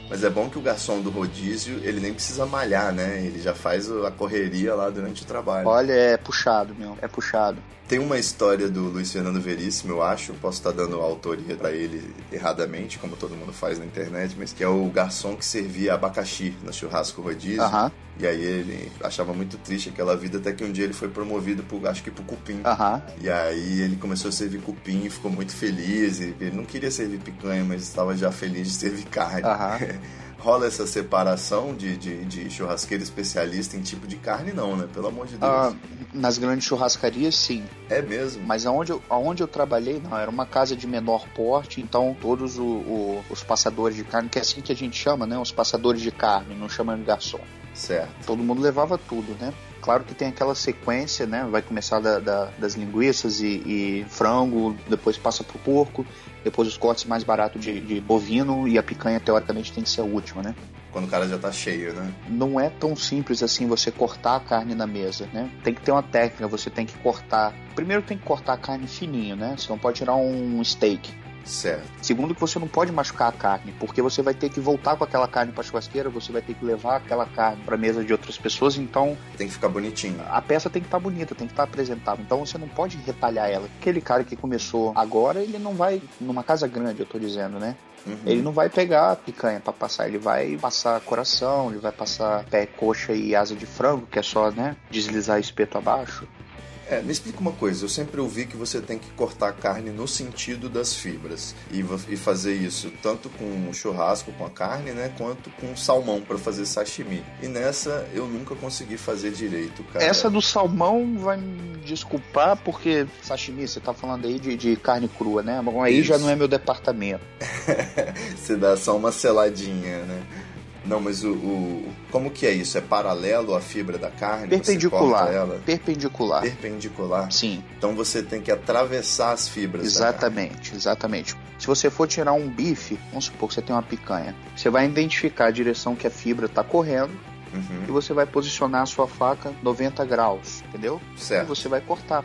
[SPEAKER 3] Mas é bom que o garçom do rodízio, ele nem precisa malhar, né? Ele já faz o- a correria lá durante o trabalho.
[SPEAKER 4] Olha, é puxado, meu, é puxado.
[SPEAKER 3] Tem uma história do Luiz Fernando Veríssimo, eu acho, posso estar dando autoria pra ele erradamente, como todo mundo faz na internet, mas que é o garçom que servia abacaxi no churrasco rodízio.
[SPEAKER 4] Aham,
[SPEAKER 3] E aí ele achava muito triste aquela vida, até que um dia ele foi promovido, pro, acho que pro cupim.
[SPEAKER 4] aham.
[SPEAKER 3] E aí ele começou a servir cupim e ficou muito feliz. E ele não queria servir picanha, mas estava já feliz de servir carne.
[SPEAKER 4] Aham.
[SPEAKER 3] [laughs] Rola essa separação de, de, de churrasqueiro especialista em tipo de carne, não, né? Pelo amor de Deus.
[SPEAKER 4] Ah, nas grandes churrascarias, sim.
[SPEAKER 3] é mesmo?
[SPEAKER 4] Mas aonde eu, aonde eu trabalhei, não, era uma casa de menor porte, então todos o- o- os passadores de carne, que é assim que a gente chama, né? Os passadores de carne, não chamam de garçom.
[SPEAKER 3] Certo.
[SPEAKER 4] todo mundo levava tudo, né? Claro que tem aquela sequência, né? Vai começar da- da- das linguiças e, e frango, depois passa pro porco, depois os cortes mais baratos de, de bovino e a picanha, teoricamente, tem que ser a última, né?
[SPEAKER 3] Quando o cara já tá cheio, né?
[SPEAKER 4] Não é tão simples assim você cortar a carne na mesa, né? Tem que ter uma técnica, você tem que cortar. Primeiro tem que cortar a carne fininho, né? Você não pode tirar um steak.
[SPEAKER 3] Certo.
[SPEAKER 4] Segundo, que você não pode machucar a carne, porque você vai ter que voltar com aquela carne pra churrasqueira, você vai ter que levar aquela carne pra mesa de outras pessoas, então
[SPEAKER 3] Tem que ficar bonitinho.
[SPEAKER 4] a peça tem que estar bonita, tem que estar apresentável. Então você não pode retalhar ela. Aquele cara que começou agora, ele não vai numa casa grande, eu tô dizendo, né?
[SPEAKER 3] Uhum.
[SPEAKER 4] Ele não vai pegar a picanha pra passar, ele vai passar coração, ele vai passar pé, coxa e asa de frango, que é só, né, deslizar espeto abaixo.
[SPEAKER 3] É, me explica uma coisa. Eu sempre ouvi que você tem que cortar a carne no sentido das fibras. E, vo- e fazer isso tanto com churrasco, com a carne, né? Quanto com salmão pra fazer sashimi. E nessa eu nunca consegui fazer direito, cara.
[SPEAKER 4] Essa do salmão vai me desculpar porque sashimi, você tá falando aí de, de carne crua, né? Bom, aí já
[SPEAKER 3] Isso.
[SPEAKER 4] não é meu departamento.
[SPEAKER 3] Você dá só uma seladinha, né? Não, mas o, o- Como que é isso? É paralelo à fibra da carne? Você
[SPEAKER 4] Perpendicular.
[SPEAKER 3] corta ela?
[SPEAKER 4] Perpendicular.
[SPEAKER 3] Perpendicular.
[SPEAKER 4] Sim.
[SPEAKER 3] Então você tem que atravessar as fibras. da carne.
[SPEAKER 4] Exatamente, exatamente. Se você for tirar um bife, vamos supor que você tem uma picanha, você vai identificar a direção que a fibra está correndo
[SPEAKER 3] Uhum,
[SPEAKER 4] e você vai posicionar a sua faca 90 graus, entendeu? E
[SPEAKER 3] certo.
[SPEAKER 4] você vai cortar.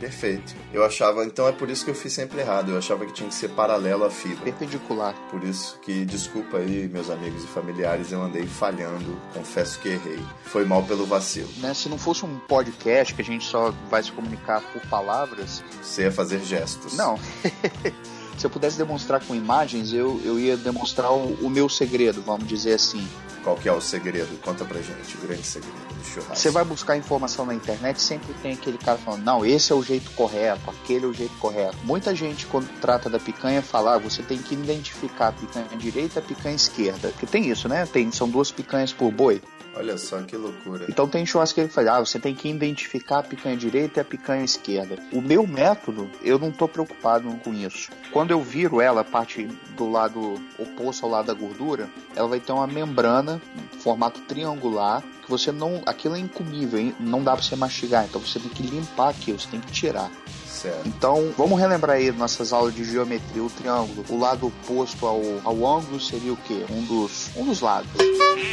[SPEAKER 3] Perfeito. Eu achava, então é por isso que eu fiz sempre errado. Eu achava que tinha que ser paralelo à fibra.
[SPEAKER 4] Perpendicular.
[SPEAKER 3] Por isso que, desculpa aí, meus amigos e familiares, eu andei falhando. Confesso que errei. Foi mal pelo vacilo.
[SPEAKER 4] Né? Se não fosse um podcast que a gente só vai se comunicar por palavras,
[SPEAKER 3] Você ia fazer gestos.
[SPEAKER 4] não. [laughs] Se eu pudesse demonstrar com imagens, eu, eu ia demonstrar o, o meu segredo, vamos dizer assim.
[SPEAKER 3] Qual que é o segredo? Conta pra gente, o grande segredo do churrasco.
[SPEAKER 4] Você vai buscar informação na internet, sempre tem aquele cara falando, não, esse é o jeito correto, aquele é o jeito correto. Muita gente, quando trata da picanha, fala, ah, você tem que identificar a picanha direita e a picanha esquerda. Porque tem isso, né? Tem, são duas picanhas por boi.
[SPEAKER 3] Olha só que loucura.
[SPEAKER 4] Então tem churrasqueiro que fala, ah, você tem que identificar a picanha direita e a picanha esquerda. O meu método, eu não tô preocupado com isso. Quando eu viro ela, a parte do lado oposto ao lado da gordura, ela vai ter uma membrana, em formato triangular, que você não... Aquilo é incomível, hein? não dá pra você mastigar. Então você tem que limpar aquilo, você tem que tirar.
[SPEAKER 3] Certo.
[SPEAKER 4] Então, vamos relembrar aí nossas aulas de geometria, o triângulo. O lado oposto ao, ao ângulo seria o quê? Um dos, um dos lados,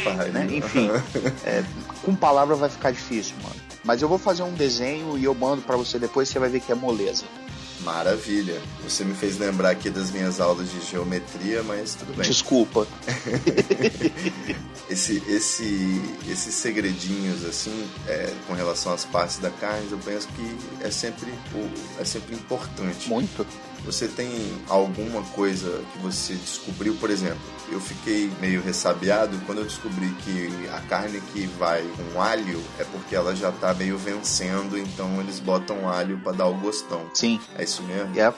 [SPEAKER 3] Pai,
[SPEAKER 4] né? Enfim, é, com palavra vai ficar difícil, mano. Mas eu vou fazer um desenho e eu mando pra você depois, você vai ver que é moleza.
[SPEAKER 3] [laughs] Maravilha. Você me fez lembrar aqui das minhas aulas de geometria, mas tudo bem.
[SPEAKER 4] Desculpa.
[SPEAKER 3] Esse, esse, esses segredinhos, assim, é, com relação às partes da carne, eu penso que é sempre, o- é sempre importante.
[SPEAKER 4] Muito.
[SPEAKER 3] Você tem alguma coisa que você descobriu, por exemplo? Eu fiquei meio ressabiado quando eu descobri que a carne que vai com alho é porque ela já tá meio vencendo, então eles botam alho pra dar o gostão.
[SPEAKER 4] Sim.
[SPEAKER 3] É isso mesmo?
[SPEAKER 4] É,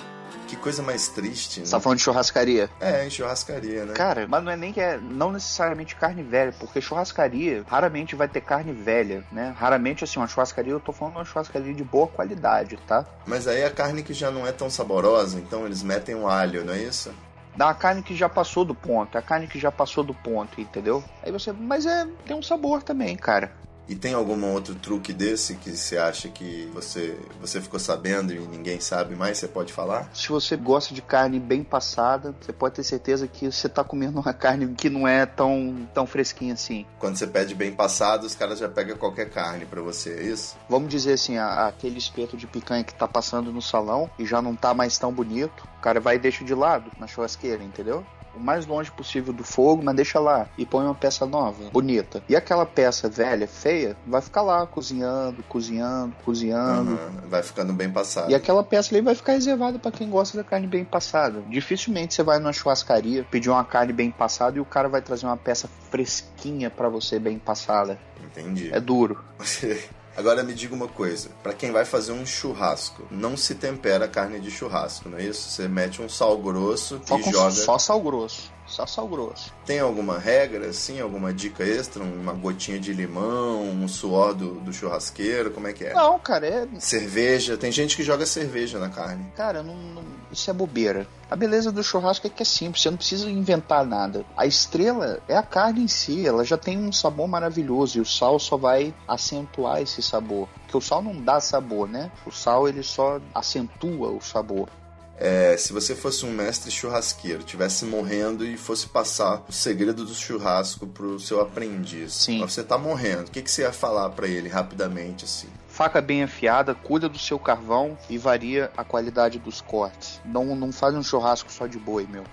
[SPEAKER 3] Que coisa mais triste, né?
[SPEAKER 4] você tá falando de churrascaria.
[SPEAKER 3] É, em churrascaria, né?
[SPEAKER 4] Cara, mas não é nem que é não necessariamente carne velha, porque churrascaria raramente vai ter carne velha, né? Raramente, assim, uma churrascaria, eu tô falando uma churrascaria de boa qualidade, tá?
[SPEAKER 3] Mas aí a carne que já não é tão saborosa, então eles metem um alho, não é isso?
[SPEAKER 4] da carne que já passou do ponto, é a carne que já passou do ponto, entendeu? Aí você, mas é, tem um sabor também, cara.
[SPEAKER 3] E tem algum outro truque desse que você acha que você, você ficou sabendo e ninguém sabe mais? Você pode falar?
[SPEAKER 4] Se você gosta de carne bem passada, você pode ter certeza que você tá comendo uma carne que não é tão, tão fresquinha assim.
[SPEAKER 3] Quando você pede bem passado, os caras já pegam qualquer carne pra você, é isso?
[SPEAKER 4] Vamos dizer assim, a- aquele espeto de picanha que tá passando no salão e já não tá mais tão bonito, o cara vai e deixa de lado na churrasqueira, entendeu? O mais longe possível do fogo, mas deixa lá e põe uma peça nova, bonita. E aquela peça velha, feia, vai ficar lá cozinhando, cozinhando, cozinhando.
[SPEAKER 3] Aham, vai ficando bem passado.
[SPEAKER 4] E aquela peça ali vai ficar reservada pra quem gosta da carne bem passada. Dificilmente você vai numa churrascaria pedir uma carne bem passada e o cara vai trazer uma peça fresquinha pra você bem passada.
[SPEAKER 3] Entendi.
[SPEAKER 4] É duro.
[SPEAKER 3] Agora me diga uma coisa, Pra quem vai fazer um churrasco, não se tempera a carne de churrasco, não é isso? Você mete um sal grosso
[SPEAKER 4] Só,
[SPEAKER 3] e
[SPEAKER 4] com-
[SPEAKER 3] joga.
[SPEAKER 4] um só sal grosso. Só sal grosso.
[SPEAKER 3] Tem alguma regra, assim, alguma dica extra? Uma gotinha de limão, um suor do, do churrasqueiro, como é que é?
[SPEAKER 4] Não, cara, é.
[SPEAKER 3] Cerveja, tem gente que joga cerveja na carne.
[SPEAKER 4] Cara, não, não- isso é bobeira. A beleza do churrasco é que é simples, você não precisa inventar nada. A estrela é a carne em si, ela já tem um sabor maravilhoso e o sal só vai acentuar esse sabor. Porque o sal não dá sabor, né? O sal ele só acentua o sabor.
[SPEAKER 3] É, se você fosse um mestre churrasqueiro, tivesse morrendo e fosse passar o segredo do churrasco pro seu aprendiz.
[SPEAKER 4] Sim.
[SPEAKER 3] Mas você tá morrendo. O que, que você ia falar pra ele rapidamente, assim?
[SPEAKER 4] Faca bem afiada, cuida do seu carvão e varia a qualidade dos cortes. Não, não faz um churrasco só de boi, meu.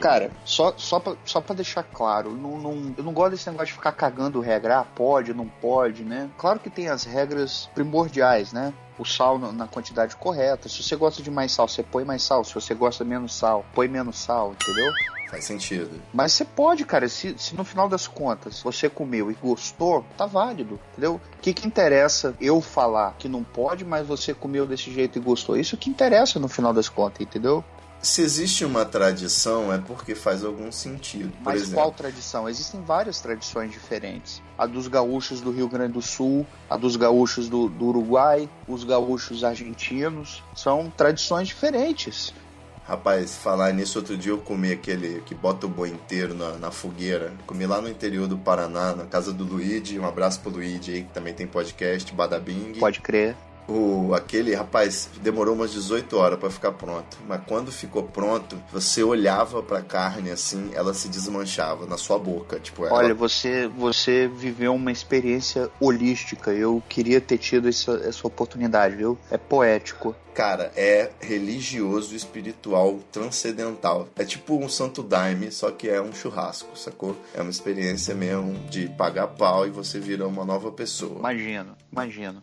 [SPEAKER 4] Cara, só, só, pra, só pra deixar claro, não- não- eu não gosto desse negócio de ficar cagando regra, ah, pode, não pode, né? Claro que tem as regras primordiais, né? O sal na- na quantidade correta. Se você gosta de mais sal, você põe mais sal. Se você gosta menos sal, põe menos sal, entendeu?
[SPEAKER 3] Faz sentido.
[SPEAKER 4] Mas você pode, cara, se, se no final das contas você comeu e gostou, tá válido, entendeu? O que, que interessa eu falar que não pode, mas você comeu desse jeito e gostou? Isso que interessa no final das contas, entendeu?
[SPEAKER 3] Se existe uma tradição, é porque faz algum sentido. Por
[SPEAKER 4] Mas
[SPEAKER 3] exemplo,
[SPEAKER 4] qual tradição? Existem várias tradições diferentes. A dos gaúchos do Rio Grande do Sul, a dos gaúchos do, do Uruguai, os gaúchos argentinos. São tradições diferentes.
[SPEAKER 3] Rapaz, falar nisso, outro dia eu comi aquele que bota o boi inteiro na, na fogueira. Comi lá no interior do Paraná, na casa do Luigi. Um abraço pro Luigi aí, que também tem podcast, Badabing.
[SPEAKER 4] Pode crer.
[SPEAKER 3] O, aquele, rapaz, demorou umas 18 horas pra ficar pronto. Mas quando ficou pronto, você olhava pra carne assim, ela se desmanchava na sua boca. Tipo, ela-
[SPEAKER 4] Olha, você, você viveu uma experiência holística. Eu queria ter tido essa, essa oportunidade, viu? É poético.
[SPEAKER 3] cara, é religioso, espiritual, transcendental. É tipo um santo daime, só que é um churrasco, sacou? É uma experiência mesmo de pagar pau e você virar uma nova pessoa.
[SPEAKER 4] Imagino, imagino.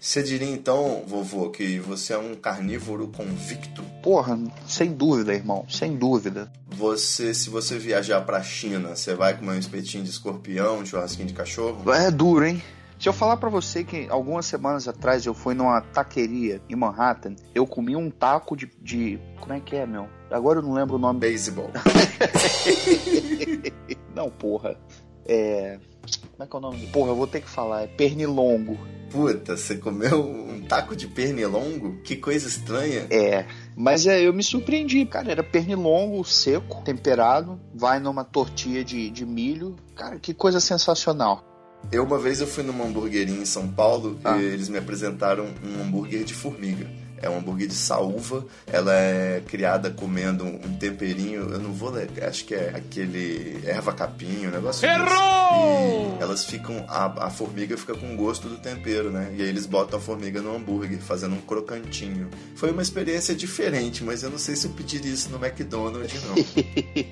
[SPEAKER 3] Você diria então, vovô, que você é um carnívoro convicto?
[SPEAKER 4] Porra, sem dúvida, irmão, sem dúvida.
[SPEAKER 3] Você, se você viajar pra China, você vai comer um espetinho de escorpião, um churrasquinho de cachorro?
[SPEAKER 4] É duro, hein? Se eu falar pra você que algumas semanas atrás eu fui numa taqueria em Manhattan, eu comi um taco de. de como é que é, meu? Agora eu não lembro o nome.
[SPEAKER 3] Baseball.
[SPEAKER 4] Não, porra. É. Como é que é o nome? Porra, eu vou ter que falar. É pernilongo.
[SPEAKER 3] Puta, você comeu um taco de pernilongo? Que coisa estranha.
[SPEAKER 4] É. Mas é, eu me surpreendi, cara. Era pernilongo seco, temperado, vai numa tortilha de, de milho. Cara, que coisa sensacional. [laughs]
[SPEAKER 3] Eu uma vez eu fui numa hamburgueria em São Paulo
[SPEAKER 4] Ah.
[SPEAKER 3] e eles me apresentaram um hambúrguer de formiga. É um hambúrguer de saúva, ela é criada comendo um temperinho, eu não vou ler, acho que é aquele erva capim, um negócio Errou! E elas ficam, a, a formiga fica com o gosto do tempero, né? E aí eles botam a formiga no hambúrguer, fazendo um crocantinho. Foi uma experiência diferente, mas eu não sei se eu pediria isso no McDonald's, não.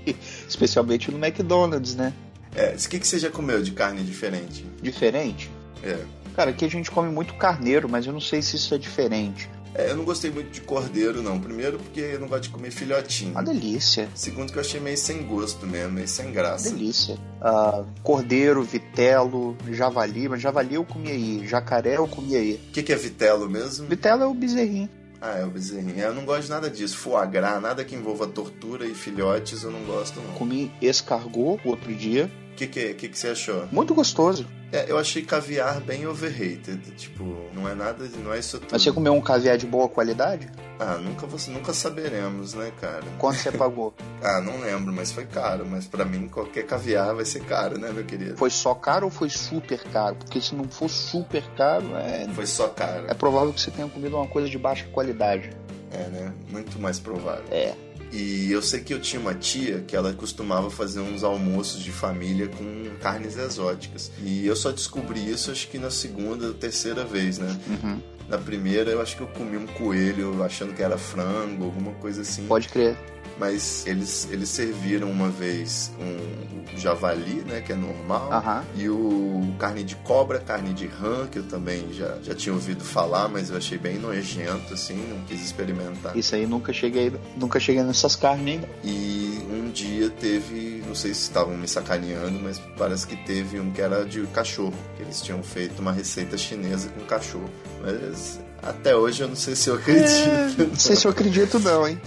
[SPEAKER 4] [laughs] Especialmente no McDonald's, né?
[SPEAKER 3] É, o que, que você já comeu de carne diferente?
[SPEAKER 4] Diferente.
[SPEAKER 3] É,
[SPEAKER 4] Cara, aqui a gente come muito carneiro, mas eu não sei se isso é diferente.
[SPEAKER 3] É, eu não gostei muito de cordeiro, não. Primeiro, porque eu não gosto de comer filhotinho.
[SPEAKER 4] Uma delícia.
[SPEAKER 3] Segundo, que eu achei meio sem gosto mesmo, meio sem
[SPEAKER 4] uma
[SPEAKER 3] graça.
[SPEAKER 4] Delícia. Ah, cordeiro, vitelo, javali. Mas javali eu comi aí. Jacaré eu comi aí.
[SPEAKER 3] O que, que é vitelo mesmo?
[SPEAKER 4] Vitelo é o bezerrinho.
[SPEAKER 3] Ah, é o bezerrinho. Eu não gosto de nada disso. Foie gras, nada que envolva tortura e filhotes, eu não gosto, não.
[SPEAKER 4] Comi escargot o outro dia.
[SPEAKER 3] O que, que, é- que, que você achou?
[SPEAKER 4] Muito gostoso.
[SPEAKER 3] É, eu achei caviar bem overrated. Tipo, não é nada, não é isso tudo.
[SPEAKER 4] Mas você comeu um caviar de boa qualidade?
[SPEAKER 3] Ah, nunca, você, nunca saberemos, né, cara?
[SPEAKER 4] Quanto você pagou?
[SPEAKER 3] Ah, não lembro, mas foi caro. Mas pra mim, qualquer caviar vai ser caro, né, meu querido?
[SPEAKER 4] Foi só caro ou foi super caro? Porque se não for super caro, é,
[SPEAKER 3] Foi só caro.
[SPEAKER 4] é provável que você tenha comido uma coisa de baixa qualidade.
[SPEAKER 3] É, né? Muito mais provável.
[SPEAKER 4] É.
[SPEAKER 3] E eu sei que eu tinha uma tia que ela costumava fazer uns almoços de família com carnes exóticas. E eu só descobri isso acho que na segunda ou terceira vez, né?
[SPEAKER 4] Uhum.
[SPEAKER 3] Na primeira eu acho que eu comi um coelho achando que era frango, alguma coisa assim.
[SPEAKER 4] Pode crer.
[SPEAKER 3] Mas eles, eles serviram uma vez um javali, né? Que é normal.
[SPEAKER 4] Aham.
[SPEAKER 3] E o carne de cobra, carne de rã, que eu também já, já tinha ouvido falar, mas eu achei bem nojento, assim, não quis experimentar.
[SPEAKER 4] Isso aí nunca cheguei, nunca cheguei nessas carnes ainda.
[SPEAKER 3] E um dia teve, não sei se estavam me sacaneando, mas parece que teve um que era de cachorro, que eles tinham feito uma receita chinesa com cachorro. Mas até hoje eu não sei se eu acredito.
[SPEAKER 4] [laughs] [laughs] Não sei se eu acredito não, hein?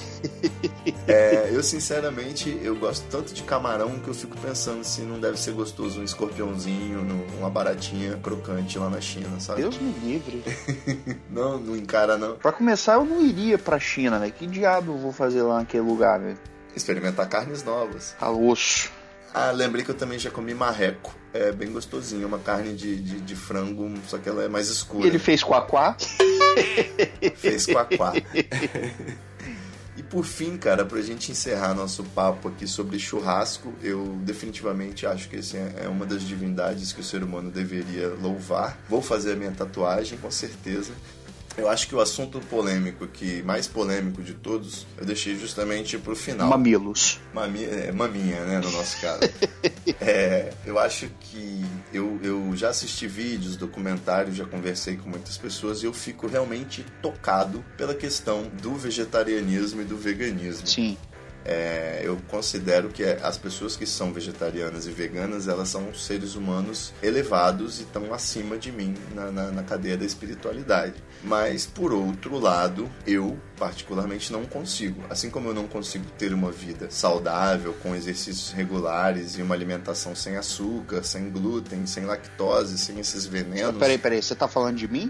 [SPEAKER 3] É, eu sinceramente, eu gosto tanto de camarão que eu fico pensando se não deve ser gostoso um escorpiãozinho, no- uma baratinha crocante lá na China, sabe?
[SPEAKER 4] Deus me livre.
[SPEAKER 3] Não, não encara não.
[SPEAKER 4] Pra começar, eu não iria pra China, né? Que diabo eu vou fazer lá naquele lugar, né? velho?
[SPEAKER 3] Experimentar carnes novas.
[SPEAKER 4] Tá osso.
[SPEAKER 3] Ah, lembrei que eu também já comi marreco. É bem gostosinho, é uma carne de, de, de frango, só que ela é mais escura.
[SPEAKER 4] Ele fez quaquá?
[SPEAKER 3] Fez com a quá. [laughs] E por fim, cara, pra gente encerrar nosso papo aqui sobre churrasco, eu definitivamente acho que esse é uma das divindades que o ser humano deveria louvar. Vou fazer a minha tatuagem, com certeza. Eu acho que o assunto polêmico que mais polêmico de todos, eu deixei justamente pro final.
[SPEAKER 4] Mamilos.
[SPEAKER 3] Mami, é, maminha, né, no nosso caso. É, eu acho que eu, eu já assisti vídeos, documentários, já conversei com muitas pessoas e eu fico realmente tocado pela questão do vegetarianismo e do veganismo.
[SPEAKER 4] Sim.
[SPEAKER 3] É, eu considero que é, as pessoas que são vegetarianas e veganas, elas são seres humanos elevados e estão acima de mim na, na, na cadeia da espiritualidade. Mas, por outro lado, eu particularmente não consigo. Assim como eu não consigo ter uma vida saudável, com exercícios regulares e uma alimentação sem açúcar, sem glúten, sem lactose, sem esses venenos,
[SPEAKER 4] Peraí, peraí. Você tá falando de mim?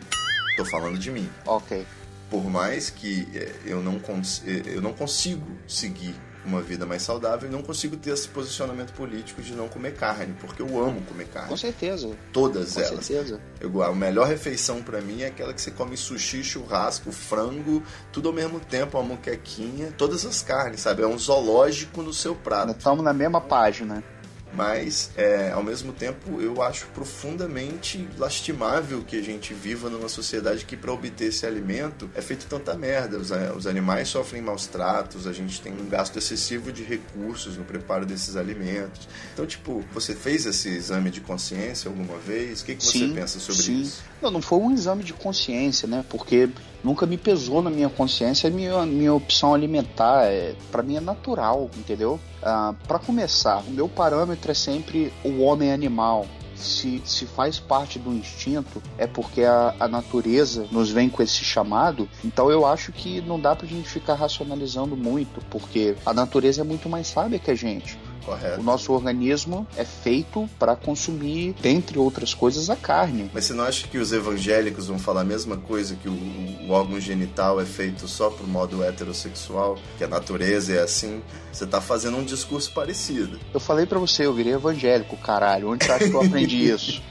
[SPEAKER 3] tô falando de mim
[SPEAKER 4] Ok.
[SPEAKER 3] por mais que eh, eu não, cons eh, eu não consigo seguir uma vida mais saudável, eu não consigo ter esse posicionamento político de não comer carne, porque eu amo comer
[SPEAKER 4] Com
[SPEAKER 3] carne,
[SPEAKER 4] certeza.
[SPEAKER 3] todas
[SPEAKER 4] Com
[SPEAKER 3] elas.
[SPEAKER 4] certeza.
[SPEAKER 3] Eu, a melhor refeição pra mim é aquela que você come sushi, churrasco, frango, tudo ao mesmo tempo, uma muquequinha, todas as carnes, sabe? É um zoológico no seu prato.
[SPEAKER 4] Estamos na mesma página.
[SPEAKER 3] Mas, é, ao mesmo tempo, eu acho profundamente lastimável que a gente viva numa sociedade que, para obter esse alimento, é feito tanta merda. Os, a- os animais sofrem maus tratos, a gente tem um gasto excessivo de recursos no preparo desses alimentos. Então, tipo, você fez esse exame de consciência alguma vez? O que, que você pensa sobre
[SPEAKER 4] sim.
[SPEAKER 3] isso?
[SPEAKER 4] Não, não foi um exame de consciência, né? Porque nunca me pesou na minha consciência a minha, minha opção alimentar. É, para mim é natural, entendeu? Ah, para começar, o meu parâmetro é sempre o homem animal. Se, se faz parte do instinto, é porque a, a natureza nos vem com esse chamado. Então eu acho que não dá pra gente ficar racionalizando muito, porque a natureza é muito mais sábia que a gente. O
[SPEAKER 3] Correto.
[SPEAKER 4] nosso organismo é feito para consumir, dentre outras coisas, a carne.
[SPEAKER 3] Mas você não acha que os evangélicos vão falar a mesma coisa que o, o- o órgão genital é feito só pro modo heterossexual, que a natureza é assim? Você tá fazendo um discurso parecido.
[SPEAKER 4] Eu falei pra você, eu virei evangélico, caralho. Onde você acha que eu aprendi isso?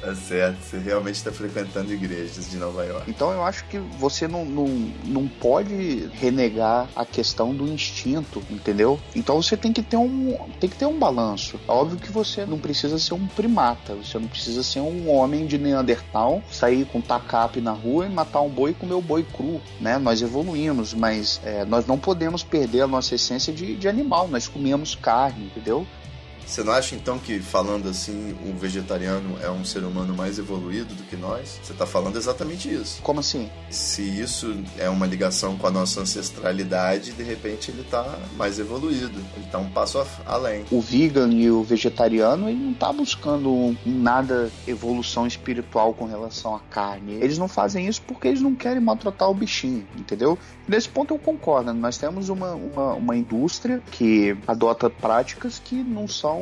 [SPEAKER 3] Tá certo, você realmente tá frequentando igrejas de Nova York.
[SPEAKER 4] Então eu acho que você não, não, não pode renegar a questão do instinto, entendeu? Então você tem que ter um tem que ter um balanço. É óbvio que você não precisa ser um primata, você não precisa ser um homem de Neandertal, sair com tacape na rua e matar um boi e comer o boi cru, né? Nós evoluímos, mas é, nós não podemos perder a nossa essência de, de animal, nós comemos carne, entendeu?
[SPEAKER 3] Você não acha então que, falando assim, o vegetariano é um ser humano mais evoluído do que nós? Você tá falando exatamente isso.
[SPEAKER 4] Como assim?
[SPEAKER 3] Se isso é uma ligação com a nossa ancestralidade, de repente ele tá mais evoluído, ele tá um passo af- além.
[SPEAKER 4] o vegan e o vegetariano ele não tá buscando um- nada evolução espiritual com relação à carne. Eles não fazem isso porque eles não querem maltratar o bichinho, entendeu? Nesse ponto eu concordo. Nós temos uma, uma, uma indústria que adota práticas que não são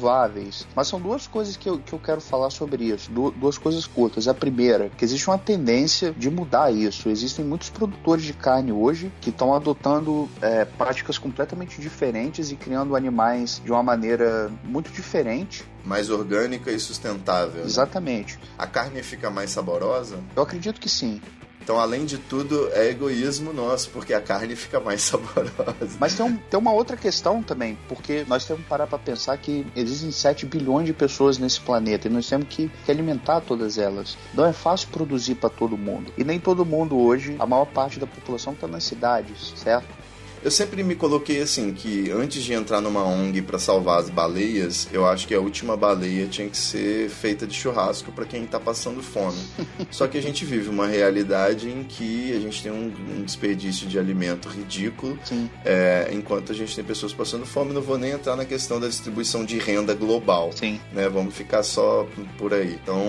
[SPEAKER 4] louváveis. Mas são duas coisas que eu, que eu quero falar sobre isso. Du- duas coisas curtas. A primeira, que existe uma tendência de mudar isso. Existem muitos produtores de carne hoje que estão adotando é, práticas completamente diferentes e criando animais de uma maneira muito diferente.
[SPEAKER 3] mais orgânica e sustentável. né?
[SPEAKER 4] Exatamente.
[SPEAKER 3] A carne fica mais saborosa.
[SPEAKER 4] Eu acredito que sim.
[SPEAKER 3] Então, além de tudo, é egoísmo nosso, porque a carne fica mais [laughs] saborosa.
[SPEAKER 4] Mas tem, um- tem uma outra questão também, porque nós temos que parar para pensar que existem 7 bilhões de pessoas nesse planeta e nós temos que, que alimentar todas elas. Não é fácil produzir para todo mundo. E nem todo mundo hoje, a maior parte da população está nas cidades, certo?
[SPEAKER 3] Eu sempre me coloquei assim que antes de entrar numa ONG para salvar as baleias, eu acho que a última baleia tinha que ser feita de churrasco para quem tá passando fome. Só que a gente vive uma realidade em que a gente tem um, um desperdício de alimento ridículo,
[SPEAKER 4] Sim.
[SPEAKER 3] é, enquanto a gente tem pessoas passando fome. Não vou nem entrar na questão da distribuição de renda global.
[SPEAKER 4] Sim.
[SPEAKER 3] né? Vamos ficar só por aí. Então,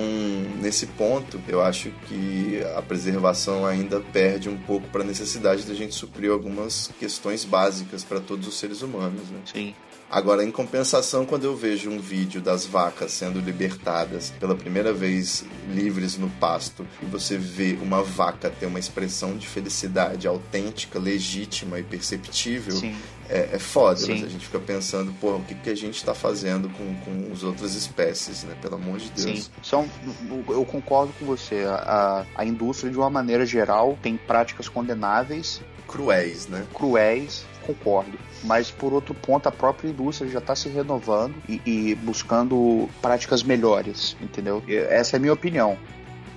[SPEAKER 3] nesse ponto, eu acho que a preservação ainda perde um pouco para a necessidade da gente suprir algumas questões básicas para todos os seres humanos, né?
[SPEAKER 4] Sim.
[SPEAKER 3] Agora, em compensação, quando eu vejo um vídeo das vacas sendo libertadas pela primeira vez livres no pasto e você vê uma vaca ter uma expressão de felicidade autêntica, legítima e perceptível,
[SPEAKER 4] Sim.
[SPEAKER 3] é, é foda,
[SPEAKER 4] Sim.
[SPEAKER 3] mas a gente fica pensando, porra, o que, que a gente tá fazendo com, com as outras espécies, né? Pelo amor de Deus.
[SPEAKER 4] Sim. São, eu concordo com você. A, a, a indústria, de uma maneira geral, tem práticas condenáveis
[SPEAKER 3] Cruéis, né?
[SPEAKER 4] cruéis, concordo. Mas por outro ponto, a própria indústria já está se renovando e, e buscando práticas melhores, entendeu? E Essa é a minha opinião.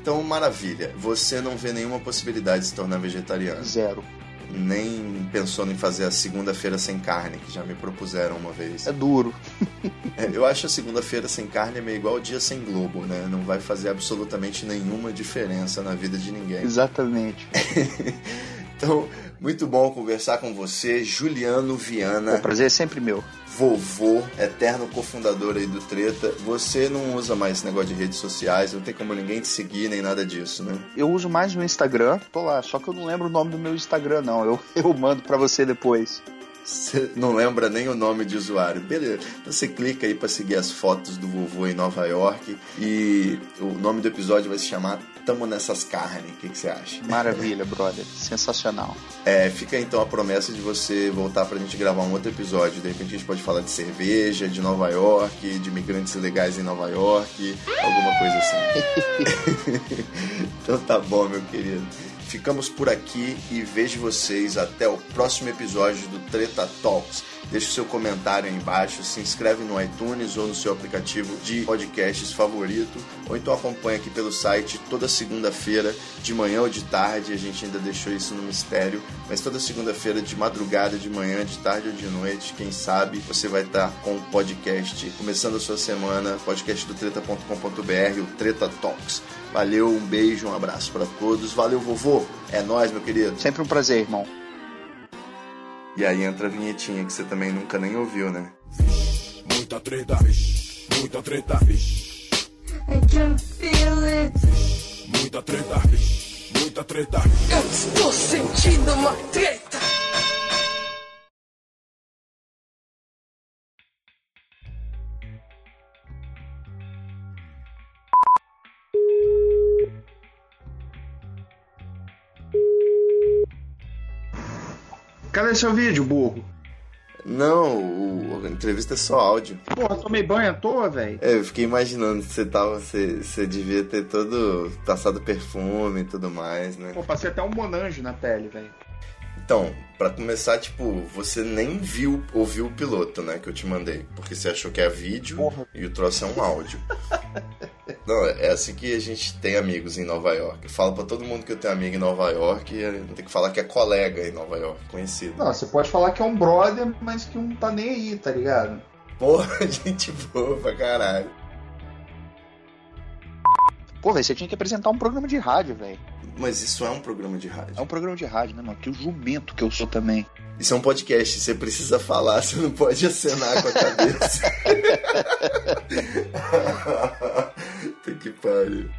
[SPEAKER 3] Então, maravilha. Você não vê nenhuma possibilidade de se tornar vegetariano.
[SPEAKER 4] Zero.
[SPEAKER 3] Nem pensou em fazer a segunda-feira sem carne, que já me propuseram uma vez.
[SPEAKER 4] É duro. [laughs]
[SPEAKER 3] É, [laughs] eu acho a segunda-feira sem carne é meio igual o dia sem globo, né? Não vai fazer absolutamente nenhuma diferença na vida de ninguém.
[SPEAKER 4] Exatamente.
[SPEAKER 3] Então, muito bom conversar com você, Juliano Viana.
[SPEAKER 4] O prazer é sempre meu.
[SPEAKER 3] vovô, eterno cofundador aí do Treta, você não usa mais esse negócio de redes sociais, não tem como ninguém te seguir nem nada disso, né?
[SPEAKER 4] Eu uso mais o Instagram, tô lá, só que eu não lembro o nome do meu Instagram, não. Eu, [laughs] eu mando pra você depois.
[SPEAKER 3] Você não lembra nem o nome de usuário. Beleza. Então você clica aí pra seguir as fotos do vovô em Nova York e o nome do episódio vai se chamar Tamo Nessas Carnes. O que, que você acha?
[SPEAKER 4] Maravilha, brother. Sensacional.
[SPEAKER 3] É, fica então a promessa de você voltar pra gente gravar um outro episódio. De repente a gente pode falar de cerveja, de Nova York, de imigrantes ilegais em Nova York, alguma coisa assim. então tá bom, meu querido. Ficamos por aqui e vejo vocês até o próximo episódio do Treta Talks. Deixe o seu comentário aí embaixo, se inscreve no iTunes ou no seu aplicativo de podcasts favorito, ou então acompanha aqui pelo site toda segunda-feira, de manhã ou de tarde, a gente ainda deixou isso no mistério, mas toda segunda-feira, de madrugada, de manhã, de tarde ou de noite, quem sabe você vai estar com o podcast começando a sua semana, podcast do treta.com.br, o Treta Talks. Valeu, um beijo, um abraço para todos. Valeu, vovô. É nóis, meu querido.
[SPEAKER 4] Sempre um prazer, irmão.
[SPEAKER 3] E aí entra a vinhetinha que você também nunca nem ouviu, né?
[SPEAKER 1] Muita treta, muita treta,
[SPEAKER 2] I can feel it.
[SPEAKER 1] muita treta, muita treta.
[SPEAKER 2] Eu estou sentindo uma treta.
[SPEAKER 4] Cadê seu vídeo, burro?
[SPEAKER 3] Não, o- a entrevista é só áudio.
[SPEAKER 4] Porra, tomei banho à toa, velho.
[SPEAKER 3] É, eu fiquei imaginando que você tava. Você, você devia ter todo. passado perfume e tudo mais, né?
[SPEAKER 4] Pô, passei até um monange na pele, velho.
[SPEAKER 3] Então, pra começar, tipo, você nem viu, ouviu o piloto, né, que eu te mandei. Porque você achou que é vídeo
[SPEAKER 4] Porra.
[SPEAKER 3] e o troço é um
[SPEAKER 4] [laughs]
[SPEAKER 3] áudio. Não, é assim que a gente tem amigos em Nova York. Eu falo pra todo mundo que eu tenho amigo em Nova York e eu tenho que falar que é colega em Nova York, conhecido.
[SPEAKER 4] [laughs] Não, você pode falar que é um brother, mas que não tá nem aí, tá ligado?
[SPEAKER 3] Porra, [laughs] gente boa pra caralho.
[SPEAKER 4] Pô, velho, você tinha que apresentar um programa de rádio, velho.
[SPEAKER 3] Mas isso é um programa de rádio.
[SPEAKER 4] É um programa de rádio, né, mano? Que o jumento que eu sou também.
[SPEAKER 3] Isso é um podcast, você precisa falar, você não pode acenar com a cabeça. [laughs] Puta que pariu.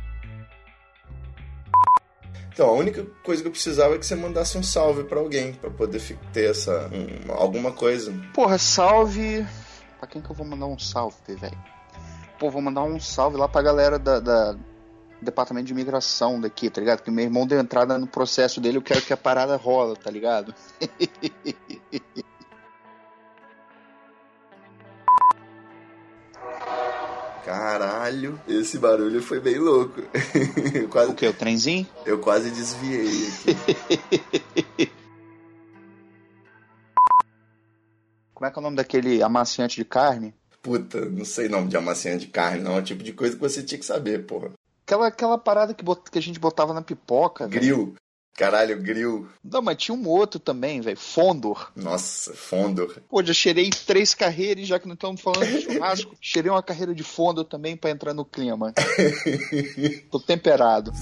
[SPEAKER 3] Então, a única coisa que eu precisava é que você mandasse um salve pra alguém, pra poder fi- ter essa. um- alguma coisa.
[SPEAKER 4] Porra, salve. Pra quem que eu vou mandar um salve, velho? Pô, vou mandar um salve lá pra galera da, da- Departamento de Imigração daqui, tá ligado? Que meu irmão deu entrada no processo dele, eu quero que a parada rola, tá ligado?
[SPEAKER 3] Caralho, esse barulho foi bem louco. [laughs] eu, quase,
[SPEAKER 4] O que? O trenzinho?
[SPEAKER 3] eu quase desviei aqui.
[SPEAKER 4] Como é que é o nome daquele amaciante de carne?
[SPEAKER 3] Puta, não sei nome de amaciante de carne, não. É o tipo de coisa que você tinha que saber, porra.
[SPEAKER 4] Aquela, aquela parada que, bot- que a gente botava na pipoca, velho.
[SPEAKER 3] Grill. Caralho, grill.
[SPEAKER 4] Não, mas tinha um outro também, velho. Fondor.
[SPEAKER 3] Nossa, Fondor.
[SPEAKER 4] Pô, já cheirei três carreiras, já que não estamos falando de churrasco. cheirei uma carreira de Fondor também pra entrar no clima. Tô temperado.